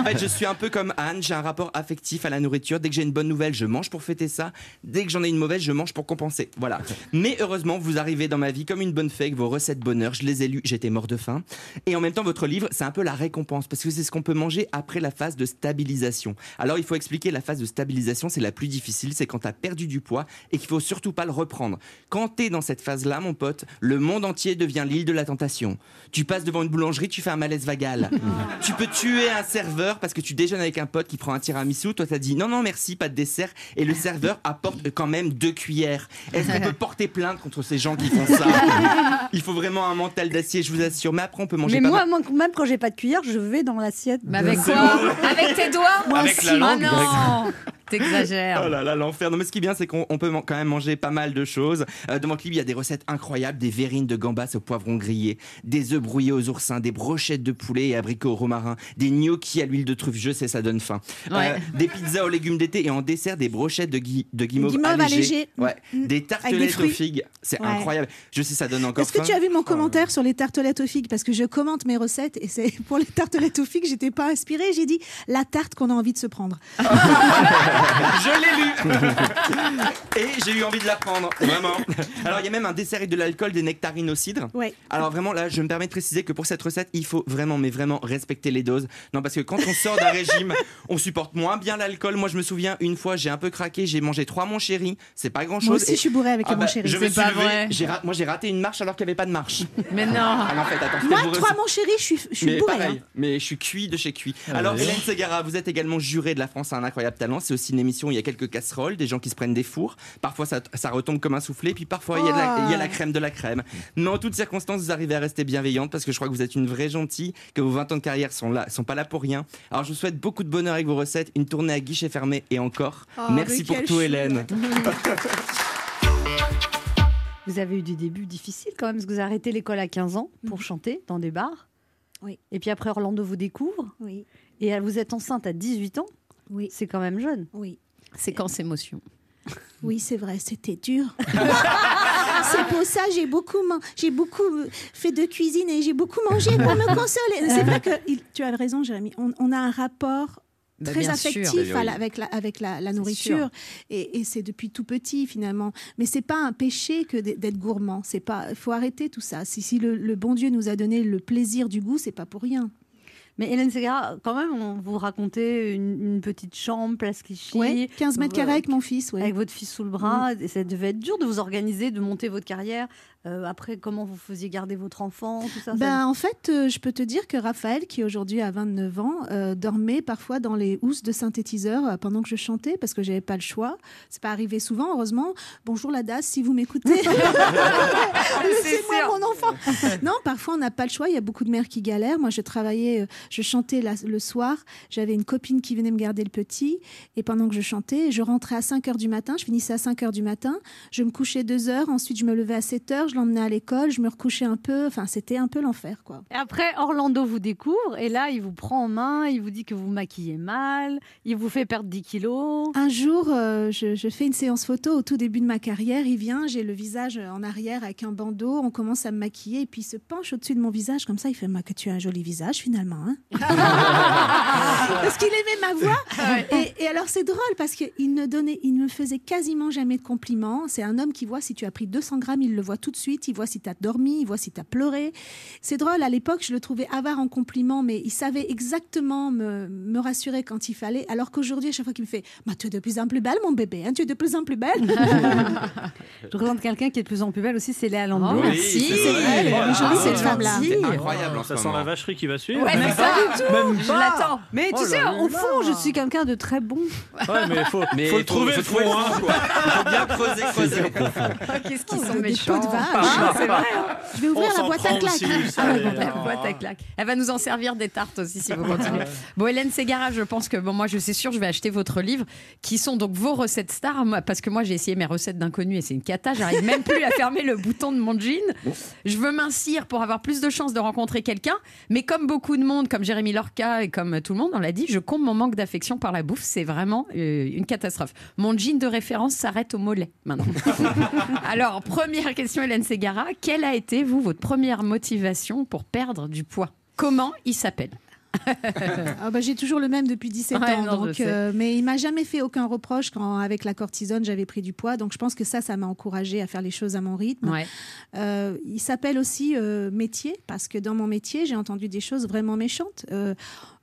Speaker 4: en fait, je suis un peu comme Anne, j'ai un rapport affectif à la nourriture. Dès que j'ai une bonne nouvelle, je mange pour fêter ça. Dès que j'en ai une mauvaise, je mange pour compenser. Voilà. Mais heureusement, vous arrivez dans ma vie comme une bonne fée avec vos recettes bonheur. Je les ai lues, j'étais mort de faim. Et en même temps, votre livre, c'est un peu la récompense parce que c'est ce qu'on peut manger après la phase de stabilisation. Alors, il faut expliquer la phase de stabilisation, c'est la plus difficile, c'est quand t'as perdu du poids et qu'il faut surtout pas le reprendre. Quand t'es dans cette phase-là, mon pote, le monde entier devient l'île de la tentation. Tu passes devant une boulangerie, tu fais un malaise
Speaker 7: [LAUGHS]
Speaker 4: vagal. tu peux tuer un serveur parce que tu déjeunes avec un pote qui prend un tiramisu, toi t'as dit non non merci, pas de dessert et le serveur apporte quand même deux cuillères. Est-ce qu'on peut porter plainte contre ces gens qui font
Speaker 7: [LAUGHS]
Speaker 4: ça Il faut vraiment un mental d'acier, je vous assure. Mais après on peut manger
Speaker 7: Mais
Speaker 4: pas
Speaker 7: moi, moi, même quand j'ai pas de cuillère, je vais dans l'assiette.
Speaker 3: Mais avec quoi Avec tes doigts
Speaker 4: Moi Avec la aussi. langue,
Speaker 3: Ah non T'exagères.
Speaker 4: Oh là là, l'enfer. Non, mais ce qui est bien, c'est qu'on on peut man- quand même manger pas mal de choses. Euh, dans mon clip, il y a des recettes incroyables des verrines de gambas au poivron grillé, des œufs brouillés aux oursins, des brochettes de poulet et abricots au romarin, des gnocchis à l'huile de truffe, je sais, ça donne faim. Euh,
Speaker 14: Ouais.
Speaker 4: des pizzas aux légumes d'été et en dessert, des brochettes de, gui de guimauve,
Speaker 12: De guimauve
Speaker 4: allégées.
Speaker 12: allégées.
Speaker 4: Ouais.
Speaker 12: Mm.
Speaker 4: Des
Speaker 12: Avec des
Speaker 4: tartelettes aux
Speaker 12: fruits.
Speaker 4: figues. C'est
Speaker 12: Ouais.
Speaker 4: incroyable. Je sais, ça donne encore
Speaker 12: Est-ce que
Speaker 4: faim.
Speaker 12: tu as vu mon commentaire sur les tartelettes aux figues Parce que je commente mes recettes et c'est pour les tartelettes aux figues, j'étais pas inspirée. J'ai dit la tarte qu'on a envie de se prendre.
Speaker 4: [LAUGHS] Je l'ai lu Et j'ai eu envie de la prendre, vraiment. Alors, il y a même un dessert et de l'alcool, des nectarines au cidre.
Speaker 12: Ouais.
Speaker 4: Alors, vraiment, là, je me permets de préciser que pour cette recette, il faut vraiment, mais vraiment respecter les doses. Non, parce que quand on sort d'un régime, on supporte moins bien l'alcool. Moi, je me souviens, une fois, j'ai un peu craqué, j'ai mangé trois mon chéri. C'est pas grand chose.
Speaker 12: Moi aussi, je suis bourrée avec les Mon Chéri.
Speaker 4: Je me
Speaker 12: C'est
Speaker 4: suis
Speaker 12: pas
Speaker 4: levée,
Speaker 12: vrai.
Speaker 4: j'ai ra- Moi, j'ai raté une marche alors qu'il n'y avait pas de marche.
Speaker 3: Mais non.
Speaker 4: Ah, non, en fait, attends, c'était
Speaker 12: Moi,
Speaker 4: bourré
Speaker 12: trois,
Speaker 4: aussi.
Speaker 12: mon chéri, je suis, je suis
Speaker 4: Mais
Speaker 12: bourrée.
Speaker 4: pareil,
Speaker 12: hein.
Speaker 4: mais je suis cuit de chez cuit.
Speaker 10: Ah
Speaker 4: Alors,
Speaker 12: ouais.
Speaker 4: Hélène Segara, vous êtes également jurée de la France à un incroyable talent. C'est aussi une émission où il y a quelques casseroles, des gens qui se prennent des fours. Parfois, ça, ça retombe comme un soufflé, puis parfois, il y, a de la,
Speaker 14: Oh.
Speaker 4: il y a la crème de la crème. Mais en toutes circonstances, vous arrivez à rester bienveillante parce que je crois que vous êtes une vraie gentille, que vos 20 ans de carrière sont là, sont pas là pour rien. Alors, je vous souhaite beaucoup de bonheur avec vos recettes, une tournée à guichet fermé et encore.
Speaker 7: Oh,
Speaker 4: Merci
Speaker 7: mais
Speaker 4: pour
Speaker 7: quel
Speaker 4: tout,
Speaker 7: chou.
Speaker 4: Hélène.
Speaker 7: Vous avez eu des débuts difficiles quand même, parce que vous arrêtez l'école à 15 ans pour chanter dans des bars.
Speaker 12: Mhm. Oui.
Speaker 7: Et puis après, Orlando vous découvre.
Speaker 12: Oui.
Speaker 7: Et elle- vous êtes enceinte à 18 ans.
Speaker 12: Oui.
Speaker 7: C'est quand même jeune.
Speaker 12: Oui.
Speaker 3: C'est quand c'est émotion.
Speaker 12: Oui, c'est vrai, c'était dur. [LAUGHS] c'est pour ça j'ai beaucoup man- j'ai beaucoup fait de cuisine et j'ai beaucoup mangé pour me consoler. C'est vrai que il- tu as raison, Jérémy. On, on a un rapport
Speaker 3: Bah,
Speaker 12: très
Speaker 3: bien sûr.
Speaker 12: affectif
Speaker 3: Bah,
Speaker 12: à
Speaker 3: oui.
Speaker 12: la- avec la avec la, la
Speaker 3: sûr.
Speaker 12: nourriture et, et c'est depuis tout petit finalement. Mais c'est pas un péché que d'e- d'être gourmand. C'est pas faut arrêter tout ça. Si, si le, le bon Dieu nous a donné le plaisir du goût, c'est pas pour rien.
Speaker 7: Mais Hélène Segara, Ah, quand même, on vous racontez une, une petite chambre, place Clichy.
Speaker 12: Ouais, 15 mètres
Speaker 7: Euh,
Speaker 12: carrés avec mon Mhm. fils. ouais.
Speaker 7: Avec votre fils sous le bras. Et ça devait être dur de vous organiser, de monter votre carrière. Euh, après, comment vous faisiez garder votre enfant, tout ça, ça-
Speaker 12: Ben, en fait, euh, je peux te dire que Raphaël, qui aujourd'hui a 29 ans, euh, dormait parfois dans les housses de synthétiseur euh, pendant que je chantais parce que j'avais pas le choix. C'est pas arrivé souvent, heureusement. Bonjour la DAS, si vous m'écoutez. [LAUGHS]
Speaker 3: C'est
Speaker 12: Laissez-moi mon enfant. Non, par parfois, on n'a pas le choix. Il y a beaucoup de mères qui galèrent. Moi, je travaillais, euh, je chantais la- le soir. J'avais une copine qui venait me garder le petit. Et pendant que je chantais, je rentrais à 5 heures du matin. Je finissais à 5 heures du matin. Je me couchais 2 heures. Ensuite, je me levais à 7 heures. Je l'emmenais à l'école. Je me recouchais un peu. Enfin, c'était un peu l'enfer, quoi.
Speaker 7: Et après, Orlando vous découvre et là, il vous prend en main, il vous dit que vous maquillez mal, il vous fait perdre 10 kilos.
Speaker 12: Un jour, euh, je, je fais une séance photo au tout début de ma carrière. Il vient, j'ai le visage en arrière avec un bandeau. On commence à me maquiller et puis il se penche au-dessus de mon visage comme ça. Il fait, Ma, que tu as un joli visage finalement. hein. Ah, parce qu'il aimait ma voix. Et, et alors c'est drôle parce qu'il ne donnait, il ne me faisait quasiment jamais de compliments. C'est un homme qui voit si tu as pris 200 grammes, il le voit tout de suite. Il voit si tu as dormi, il voit si tu as pleuré. C'est drôle. À l'époque, je le trouvais avare en compliments, mais il savait exactement me, me rassurer quand il fallait. Alors qu'aujourd'hui, à chaque fois qu'il me fait, bah, tu es de plus en plus belle, mon bébé. hein, tu es de plus en plus belle. [LAUGHS]
Speaker 7: Je regarde quelqu'un qui est de plus en plus belle aussi, c'est Léa Landau.
Speaker 12: Oh, Oui, merci. c'est vrai, Elle est Léa jolie, Landau. cette femme-là.
Speaker 11: Ah, C'est
Speaker 4: incroyable en
Speaker 11: Ça
Speaker 4: ce
Speaker 11: sent
Speaker 4: moment.
Speaker 11: la vacherie qui va suivre.
Speaker 7: Ouais, mais pas du tout.
Speaker 11: Même
Speaker 7: Oh, Je
Speaker 11: pas.
Speaker 7: l'attends. Mais
Speaker 11: Oh
Speaker 7: tu
Speaker 11: là
Speaker 7: sais,
Speaker 11: là.
Speaker 7: au fond, je suis quelqu'un de très bon.
Speaker 11: Ouais, mais faut,
Speaker 4: Mais
Speaker 11: faut le trouver,
Speaker 4: faut
Speaker 11: le
Speaker 4: trouver le
Speaker 11: fond, hein.
Speaker 4: fond, quoi. Faut bien creuser, creuser.
Speaker 3: Qu'est-ce qu'ils sont
Speaker 12: des
Speaker 3: méchants. Ah,
Speaker 12: pots de vache. Hein, c'est vrai, hein. Je vais ouvrir
Speaker 3: On
Speaker 12: la
Speaker 3: s'en
Speaker 12: boîte à
Speaker 3: prend
Speaker 12: claques.
Speaker 3: aussi,
Speaker 12: Ah,
Speaker 3: vous
Speaker 12: ouais,
Speaker 3: savez,
Speaker 12: bon, ben.
Speaker 3: la boîte à claques. Elle va nous en servir des tartes aussi si vous continuez. bon, Hélène Ségara, je pense que bon, moi, je suis sûre, je vais acheter votre livre qui sont donc vos recettes stars. Moi, parce que moi, j'ai essayé mes recettes d'inconnus et c'est une cata. J'arrive même plus à fermer le bouton de mon jean. Je veux mincir pour avoir plus de chances de rencontrer quelqu'un. Mais comme beaucoup de monde, comme Jérémy Lorca et comme tout le monde, on l'a dit, je compte mon manque d'affection par la bouffe. C'est vraiment euh, une catastrophe. Mon jean de référence s'arrête au mollet maintenant. Alors, première question, Hélène Ségara. Quelle a été, vous, votre première motivation pour perdre du poids Comment il s'appelle
Speaker 12: [LAUGHS] Ah bah, j'ai toujours le même depuis 17
Speaker 3: Ouais,
Speaker 12: ans.
Speaker 3: non, je
Speaker 12: donc,
Speaker 3: sais.
Speaker 12: euh, mais il m'a jamais fait aucun reproche quand, avec la cortisone, j'avais pris du poids. Donc, je pense que ça, ça m'a encouragée à faire les choses à mon rythme.
Speaker 3: Ouais.
Speaker 12: Euh, il s'appelle aussi euh, métier, parce que dans mon métier, j'ai entendu des choses vraiment méchantes. Euh,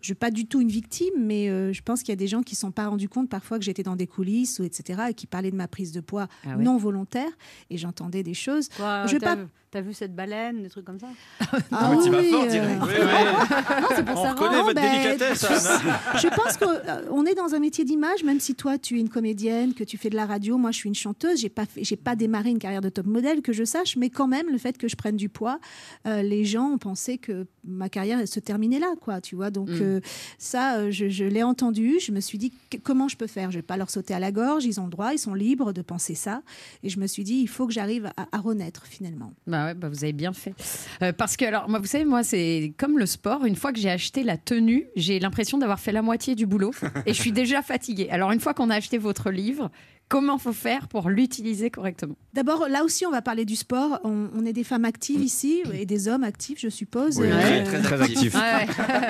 Speaker 12: je suis pas du tout une victime, mais euh, je pense qu'il y a des gens qui ne sont pas rendus compte parfois que j'étais dans des coulisses ou etc. et qui parlaient de ma prise de poids
Speaker 7: Ah ouais.
Speaker 12: non volontaire. Et j'entendais des choses. je vais
Speaker 7: Ah, t'as,
Speaker 12: pas
Speaker 7: t'as vu cette baleine, des trucs comme ça
Speaker 12: Ah
Speaker 7: Non,
Speaker 12: oui,
Speaker 7: mais tu vas fort,
Speaker 12: euh,
Speaker 7: direct.
Speaker 12: [LAUGHS]
Speaker 7: Oui, oui. Non, c'est pour
Speaker 11: On
Speaker 7: savoir.
Speaker 11: reconnaît
Speaker 12: Non,
Speaker 11: votre
Speaker 12: ben,
Speaker 11: délicatesse, Anna.
Speaker 12: Je pense qu'on est dans un métier d'image, même si toi tu es une comédienne, que tu fais de la radio, moi je suis une chanteuse, j'ai pas fait- j'ai pas démarré une carrière de top modèle que je sache, mais quand même le fait que je prenne du poids, euh, les gens ont pensé que ma carrière elle se terminait là, quoi, tu vois. Donc
Speaker 7: Mm.
Speaker 12: euh, ça, euh, je, je l'ai entendu, je me suis dit que- comment je peux faire, je vais pas leur sauter à la gorge, ils ont le droit, ils sont libres de penser ça, et je me suis dit il faut que j'arrive à- à renaître finalement.
Speaker 3: Bah ouais, bah vous avez bien fait. Euh, parce que, alors, moi, vous savez, moi, c'est comme le sport. Une fois que j'ai acheté la tenue, j'ai l'impression d'avoir fait la moitié du boulot et je suis déjà fatiguée. Alors, une fois qu'on a acheté votre livre, comment faut faire pour l'utiliser correctement
Speaker 12: D'abord, là aussi, on va parler du sport. On, on est des femmes actives
Speaker 3: Mm.
Speaker 12: ici et des hommes actifs, je suppose.
Speaker 14: Oui,
Speaker 12: Euh,
Speaker 14: très, très Très actif. actif.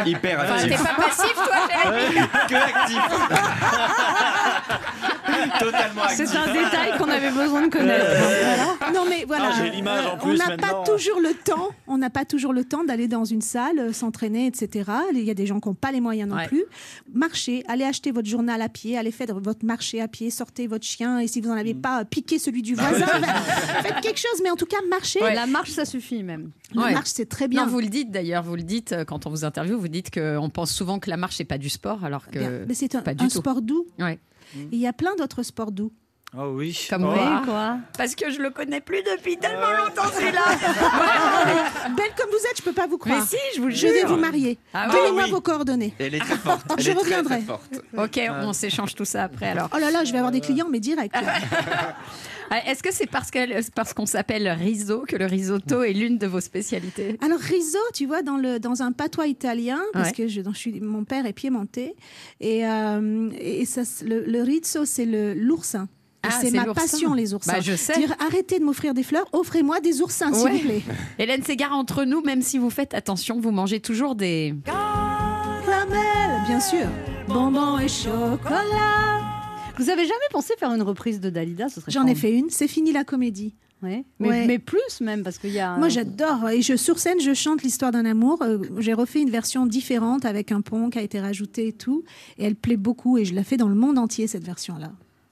Speaker 3: Ouais.
Speaker 14: Hyper
Speaker 3: Enfin,
Speaker 14: actif.
Speaker 3: t'es pas passif, toi, Jérémy
Speaker 14: Que actif.
Speaker 7: [LAUGHS]
Speaker 4: Totalement actif.
Speaker 7: C'est un détail qu'on avait besoin de connaître.
Speaker 12: Non, mais voilà.
Speaker 11: Ah, j'ai l'image en
Speaker 12: Euh,
Speaker 11: plus
Speaker 12: on n'a pas
Speaker 11: maintenant. hein.
Speaker 12: toujours le temps. On n'a pas toujours le temps d'aller dans une salle, euh, s'entraîner, etc. Il y a des gens qui n'ont pas les moyens non
Speaker 3: Ouais.
Speaker 12: plus. Marchez, allez acheter votre journal à pied, allez faire votre marché à pied, sortez votre chien et si vous n'en
Speaker 3: Mm.
Speaker 12: avez pas, euh, piquez celui du
Speaker 3: Ah,
Speaker 12: voisin. Faites quelque chose, mais en tout cas, marchez.
Speaker 7: La marche, ça suffit même.
Speaker 12: La
Speaker 3: Ouais.
Speaker 12: marche, c'est très bien.
Speaker 3: Non, vous le dites d'ailleurs, vous le dites euh, quand on vous interviewe, vous dites qu'on pense souvent que la marche, c'est pas du sport, alors
Speaker 12: Eh
Speaker 3: que.
Speaker 12: Bien. Mais c'est un,
Speaker 3: euh, pas du
Speaker 12: un
Speaker 3: tout.
Speaker 12: sport doux.
Speaker 3: Ouais.
Speaker 12: Et Il y a plein d'autres sports doux.
Speaker 11: Oh oui.
Speaker 3: Comme
Speaker 11: Oh.
Speaker 12: Ah.
Speaker 11: Ah.
Speaker 3: quoi.
Speaker 7: quoi
Speaker 3: Parce que je le connais plus depuis tellement longtemps celui-là.
Speaker 11: [LAUGHS]
Speaker 12: Belle comme vous êtes, je peux pas vous croire.
Speaker 3: Mais si, je vous le
Speaker 12: Je vais
Speaker 3: jure.
Speaker 12: vous marier.
Speaker 3: Ah ouais.
Speaker 12: Donnez-moi
Speaker 4: oui.
Speaker 12: vos coordonnées.
Speaker 4: Elle est très forte.
Speaker 12: [LAUGHS]
Speaker 4: Elle
Speaker 12: Je
Speaker 4: est très, très
Speaker 12: reviendrai.
Speaker 4: forte.
Speaker 3: Ok, on s'échange tout ça après alors.
Speaker 12: Oh là là, je vais avoir des clients, mais
Speaker 3: [LAUGHS]
Speaker 12: direct.
Speaker 3: Ah, Est-ce que c'est parce qu'elle- c'est parce qu'on s'appelle Riso que le risotto est l'une de vos spécialités
Speaker 12: Alors riso, tu vois, dans, le, dans un patois italien, parce
Speaker 3: Ouais.
Speaker 12: que je, donc, je suis, mon père est piémontais, et, euh, et ça, c'est- le, le rizzo, c'est le- l'oursin. Et
Speaker 3: Ah,
Speaker 12: c'est
Speaker 3: c'est
Speaker 12: ma
Speaker 3: l'oursin.
Speaker 12: passion, les oursins.
Speaker 3: Bah, je sais.
Speaker 12: Dire, arrêtez de m'offrir des fleurs, offrez-moi des oursins, s'il
Speaker 3: Ouais.
Speaker 12: vous plaît.
Speaker 3: Hélène Ségara, entre nous, même si vous faites attention, vous mangez toujours des.
Speaker 12: Caramel, bien sûr. Bonbons et chocolat.
Speaker 7: Vous avez jamais pensé faire une reprise de Dalida Ce serait
Speaker 12: J'en ai fait une, c'est fini la comédie.
Speaker 7: formidable. Ouais. Mais,
Speaker 12: Ouais.
Speaker 7: mais plus même parce qu'il y a.
Speaker 12: Moi j'adore et je sur scène je chante l'histoire d'un amour. Euh, J'ai refait une version différente avec un pont qui a été rajouté et tout et elle plaît beaucoup et je la fais dans le monde entier cette version là.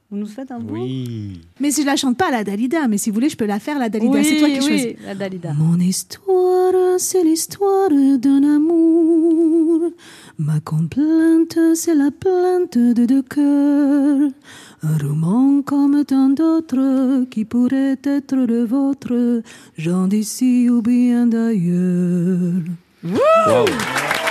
Speaker 7: Vous nous faites un bout.
Speaker 14: Oui.
Speaker 12: Mais si je la chante pas la Dalida, mais si vous voulez je peux la faire la Dalida. c'est toi qui choisis.
Speaker 7: la Ah, Dalida.
Speaker 12: Mon histoire c'est l'histoire d'un amour Ma complainte, c'est la plainte de deux cœurs. Un roman comme tant d'autres qui pourrait être le vôtre, gens d'ici ou bien d'ailleurs.
Speaker 7: Wow.